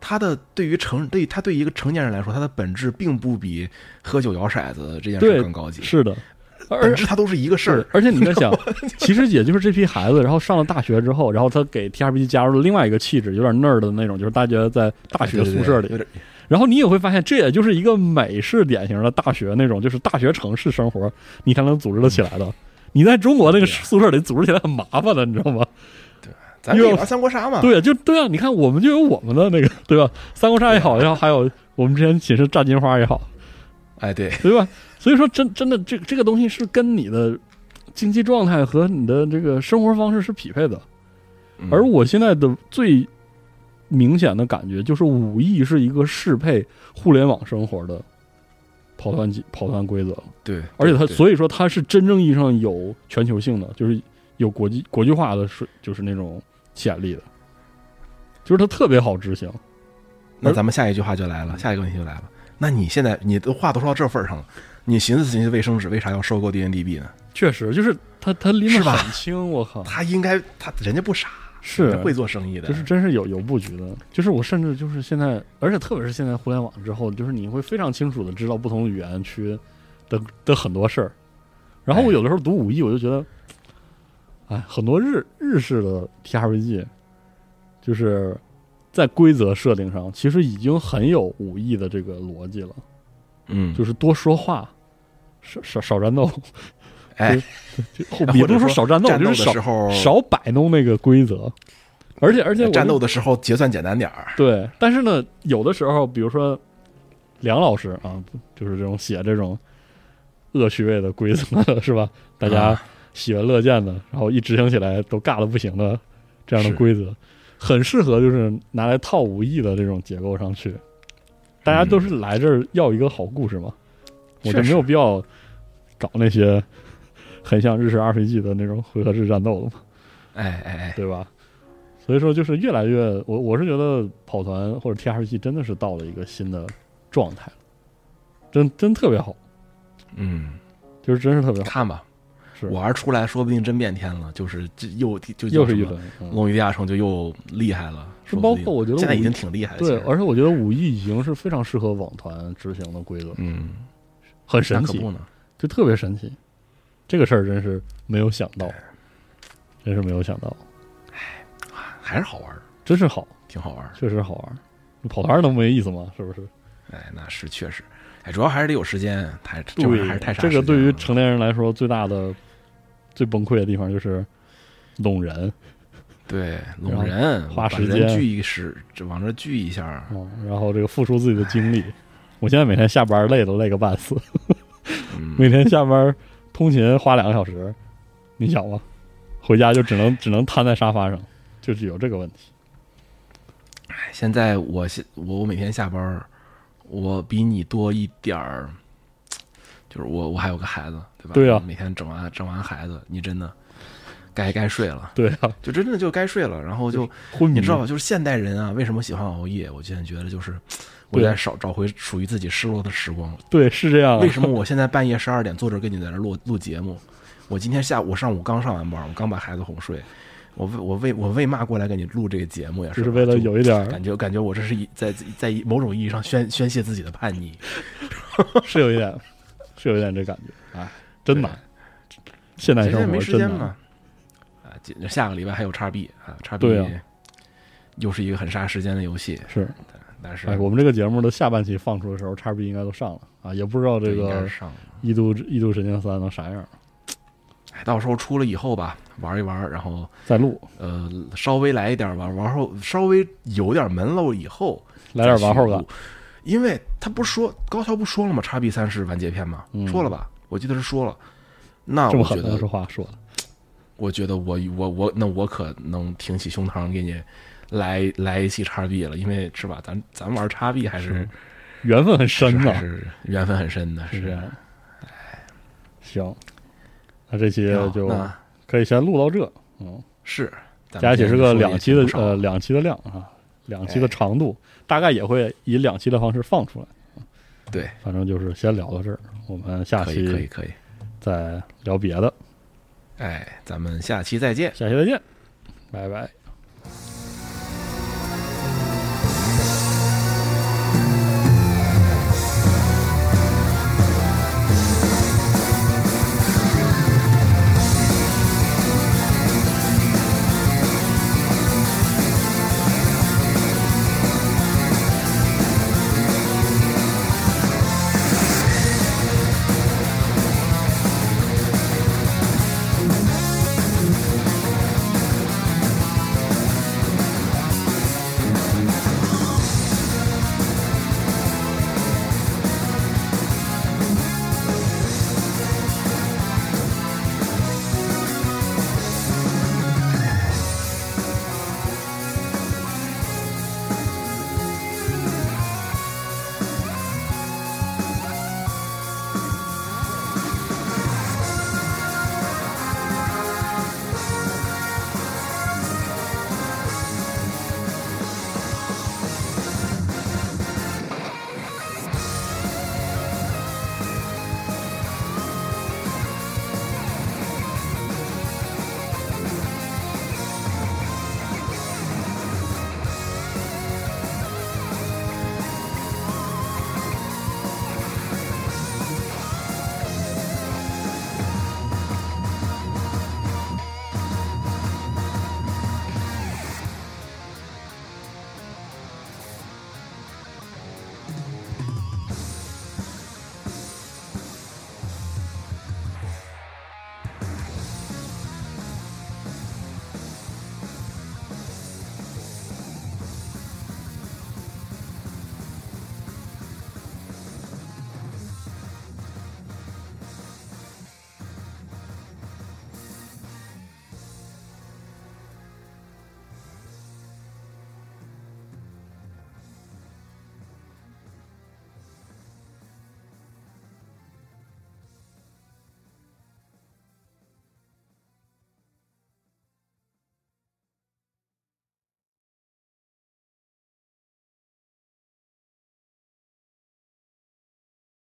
[SPEAKER 3] 它的对于成对它对于一个成年人来说，它的本质并不比喝酒摇骰子这件事
[SPEAKER 2] 对
[SPEAKER 3] 更高级，
[SPEAKER 2] 是的，而
[SPEAKER 3] 本质它都是一个事
[SPEAKER 2] 是
[SPEAKER 3] 儿，，
[SPEAKER 2] 而且你 在想，其实也就是这批孩子，然后上了大学之后，然后他给 T R P G 加入了另外一个气质，有点 nerd 的那种，就是大家在大学
[SPEAKER 3] 啊对对
[SPEAKER 2] 宿舍
[SPEAKER 3] 对
[SPEAKER 2] 里。
[SPEAKER 3] 有点
[SPEAKER 2] 然后你也会发现，这也就是一个美式典型的大学那种，就是大学城市生活，你才能组织得起来的。你在中国那个
[SPEAKER 3] 对啊
[SPEAKER 2] 宿舍里组织起来很麻烦的，你知道吗？
[SPEAKER 3] 咱可以
[SPEAKER 2] 又
[SPEAKER 3] 玩三国杀嘛，
[SPEAKER 2] 对，就对啊，你看我们就有我们的那个，对吧？三国杀也好，然后还有我们之前寝室炸金花也好，
[SPEAKER 3] 哎对，
[SPEAKER 2] 对吧？所以说真真的这这个东西是跟你的经济状态和你的这个生活方式是匹配的。
[SPEAKER 3] 嗯
[SPEAKER 2] 而我现在的最明显的感觉就是，武艺是一个适配互联网生活的跑团机跑团规则了，
[SPEAKER 3] 对，
[SPEAKER 2] 而且它
[SPEAKER 3] 对
[SPEAKER 2] 所以说它是真正意义上有全球性的，就是有国际国际化的是就是那种潜力的，就是它特别好执行。
[SPEAKER 3] 那咱们下一句话就来了，下一个问题就来了，那你现在你的话都说到这份儿上了，你寻思寻思卫生纸为啥要收购 DNDB 呢？
[SPEAKER 2] 确实，就是它它拎
[SPEAKER 3] 是
[SPEAKER 2] 得
[SPEAKER 3] 吧
[SPEAKER 2] 很轻，我靠，
[SPEAKER 3] 他应该他人家不傻，
[SPEAKER 2] 是
[SPEAKER 3] 人家会做生意的，
[SPEAKER 2] 就是真是有有布局的，就是我甚至就是现在，而且特别是现在互联网之后，就是你会非常清楚的知道不同语言区的的很多事儿。然后我
[SPEAKER 3] 哎
[SPEAKER 2] 有的时候读武艺，我就觉得，哎，很多日日式的 T R P G，就是在规则设定上，其实已经很有武艺的这个逻辑了，
[SPEAKER 3] 嗯，
[SPEAKER 2] 就是多说话，少少少战斗，
[SPEAKER 3] 哎，
[SPEAKER 2] 就 也不是少战斗，
[SPEAKER 3] 战
[SPEAKER 2] 就
[SPEAKER 3] 斗
[SPEAKER 2] 是
[SPEAKER 3] 的
[SPEAKER 2] 少
[SPEAKER 3] 时候
[SPEAKER 2] 少摆弄那个规则。而且而且我
[SPEAKER 3] 呃战
[SPEAKER 2] 就
[SPEAKER 3] 斗的时候结算简单点儿，
[SPEAKER 2] 对，但是呢，有的时候，比如说梁老师啊，就是这种写这种恶趣味的规则 的是吧？大家
[SPEAKER 3] 啊
[SPEAKER 2] 喜闻乐见的，然后一执行起来都尬的不行的这样的
[SPEAKER 3] 是
[SPEAKER 2] 规则，很适合就是拿来套武艺的这种结构上去。大家都是来这儿要一个好故事嘛，
[SPEAKER 3] 嗯
[SPEAKER 2] 我就
[SPEAKER 3] 确
[SPEAKER 2] 没
[SPEAKER 3] 实
[SPEAKER 2] 有必要搞那些 很像日式 RPG 的那种回合制战斗了嘛。
[SPEAKER 3] 哎哎哎，
[SPEAKER 2] 对吧？所以说，就是越来越，我我是觉得跑团或者 TRPG 真的是到了一个新的状态了真真特别好，
[SPEAKER 3] 嗯，
[SPEAKER 2] 就是真是特别好，
[SPEAKER 3] 看吧，
[SPEAKER 2] 是
[SPEAKER 3] 玩出来说不定真变天了，就是这又就
[SPEAKER 2] 又是一
[SPEAKER 3] 轮。
[SPEAKER 2] 轮。嗯
[SPEAKER 3] 龙与地下城就又厉害了，说不
[SPEAKER 2] 就包
[SPEAKER 3] 定
[SPEAKER 2] 括我觉得
[SPEAKER 3] 现在
[SPEAKER 2] 我
[SPEAKER 3] 已经挺厉害的，
[SPEAKER 2] 对，
[SPEAKER 3] 其实
[SPEAKER 2] 而且我觉得武艺已经是非常适合网团执行的规则，
[SPEAKER 3] 嗯，
[SPEAKER 2] 很
[SPEAKER 3] 那
[SPEAKER 2] 神
[SPEAKER 3] 可
[SPEAKER 2] 奇
[SPEAKER 3] 不，呢，
[SPEAKER 2] 就特别神奇。这个事儿真是没有想到，真是没有想到，
[SPEAKER 3] 啊还是好玩儿，
[SPEAKER 2] 真是好，
[SPEAKER 3] 挺好玩儿。
[SPEAKER 2] 确实好玩。跑团能没意思吗？是不是？
[SPEAKER 3] 哎，那是确实，哎，主要还是得有时间，太这玩意儿还是太
[SPEAKER 2] 对，
[SPEAKER 3] 傻。
[SPEAKER 2] 这个对于成年人来说，最大的、最崩溃的地方就是拢人。
[SPEAKER 3] 对拢人
[SPEAKER 2] 花
[SPEAKER 3] 把
[SPEAKER 2] 时
[SPEAKER 3] 人
[SPEAKER 2] 间
[SPEAKER 3] 聚一时，这往这聚一下，
[SPEAKER 2] 嗯，然后这个付出自己的精力。我现在每天下班累都累个半死，
[SPEAKER 3] 嗯，
[SPEAKER 2] 每天下班通勤花两个小时，你想吗？回家就只能只能瘫在沙发上，就是有这个问题。
[SPEAKER 3] 哎现在我现我我每天下班儿，我比你多一点儿，就是我我还有个孩子，对吧？
[SPEAKER 2] 对啊
[SPEAKER 3] 每天整完整完孩子，你真的该该睡了，
[SPEAKER 2] 对啊，嗯
[SPEAKER 3] 就真的就该睡了，然后就。
[SPEAKER 2] 昏迷
[SPEAKER 3] 你知道吧？就是现代人啊，为什么喜欢熬夜？我现在觉得就是，我
[SPEAKER 2] 对啊
[SPEAKER 3] 在少找回属于自己失落的时光。
[SPEAKER 2] 对是这样。
[SPEAKER 3] 为什么我现在半夜十二点坐这儿跟你在这儿录录节目？我今天下午我上午刚上完班，我刚把孩子哄睡，我为我为我为嘛过来跟你录这个节目呀？
[SPEAKER 2] 就是
[SPEAKER 3] 吧
[SPEAKER 2] 为了有一点儿
[SPEAKER 3] 感觉感觉我这是一在在一某种意义上宣宣泄自己的叛逆，
[SPEAKER 2] 是有一点是有一点这感觉，哎，真难。现代
[SPEAKER 3] 现
[SPEAKER 2] 生
[SPEAKER 3] 在
[SPEAKER 2] 活
[SPEAKER 3] 没时
[SPEAKER 2] 真
[SPEAKER 3] 间
[SPEAKER 2] 难
[SPEAKER 3] 嘛。。啊，今下个礼拜还有叉 B 啊，叉 B
[SPEAKER 2] 对啊
[SPEAKER 3] 又是一个很杀时间的游戏，
[SPEAKER 2] 是，
[SPEAKER 3] 但是
[SPEAKER 2] 哎，我们这个节目的下半期放出的时候，叉 B 应该都上了啊，也不知道这
[SPEAKER 3] 应该
[SPEAKER 2] 个
[SPEAKER 3] 是上了。
[SPEAKER 2] 异度异度神剑三能啥样，
[SPEAKER 3] 哎，到时候出了以后吧，玩一玩，然后
[SPEAKER 2] 再录
[SPEAKER 3] 呃，稍微来一点玩，玩后稍微有点门路以后，
[SPEAKER 2] 来点玩后
[SPEAKER 3] 再去
[SPEAKER 2] 感
[SPEAKER 3] 录。因为他不是说高桥不说了吗？叉 B 三是完结篇吗？
[SPEAKER 2] 嗯
[SPEAKER 3] 说了吧，我记得是说了。那
[SPEAKER 2] 这
[SPEAKER 3] 我
[SPEAKER 2] 么
[SPEAKER 3] 觉
[SPEAKER 2] 狠的
[SPEAKER 3] 得
[SPEAKER 2] 这，话说的，
[SPEAKER 3] 我觉得我我我那我可能挺起胸膛给你来来一期叉 B 了，因为是吧？咱咱玩叉 B 还是
[SPEAKER 2] 缘分很深
[SPEAKER 3] 是
[SPEAKER 2] 呐、
[SPEAKER 3] 还是缘分很深的，
[SPEAKER 2] 是这
[SPEAKER 3] 是
[SPEAKER 2] 样。哎，行，那这期
[SPEAKER 3] 好
[SPEAKER 2] 就
[SPEAKER 3] 那
[SPEAKER 2] 可以先录到这，嗯，
[SPEAKER 3] 是咱们
[SPEAKER 2] 加起来是个
[SPEAKER 3] 今天
[SPEAKER 2] 两期
[SPEAKER 3] 说也
[SPEAKER 2] 的
[SPEAKER 3] 挺不少
[SPEAKER 2] 呃两期的量啊，两期的
[SPEAKER 3] 哎
[SPEAKER 2] 长度，大概也会以两期的方式放出来。
[SPEAKER 3] 对，
[SPEAKER 2] 反正就是先聊到这儿，我们下
[SPEAKER 3] 可以可以
[SPEAKER 2] 期
[SPEAKER 3] 可以。
[SPEAKER 2] 再聊别的，
[SPEAKER 3] 哎，咱们下期再见。
[SPEAKER 2] 下期再见，拜拜。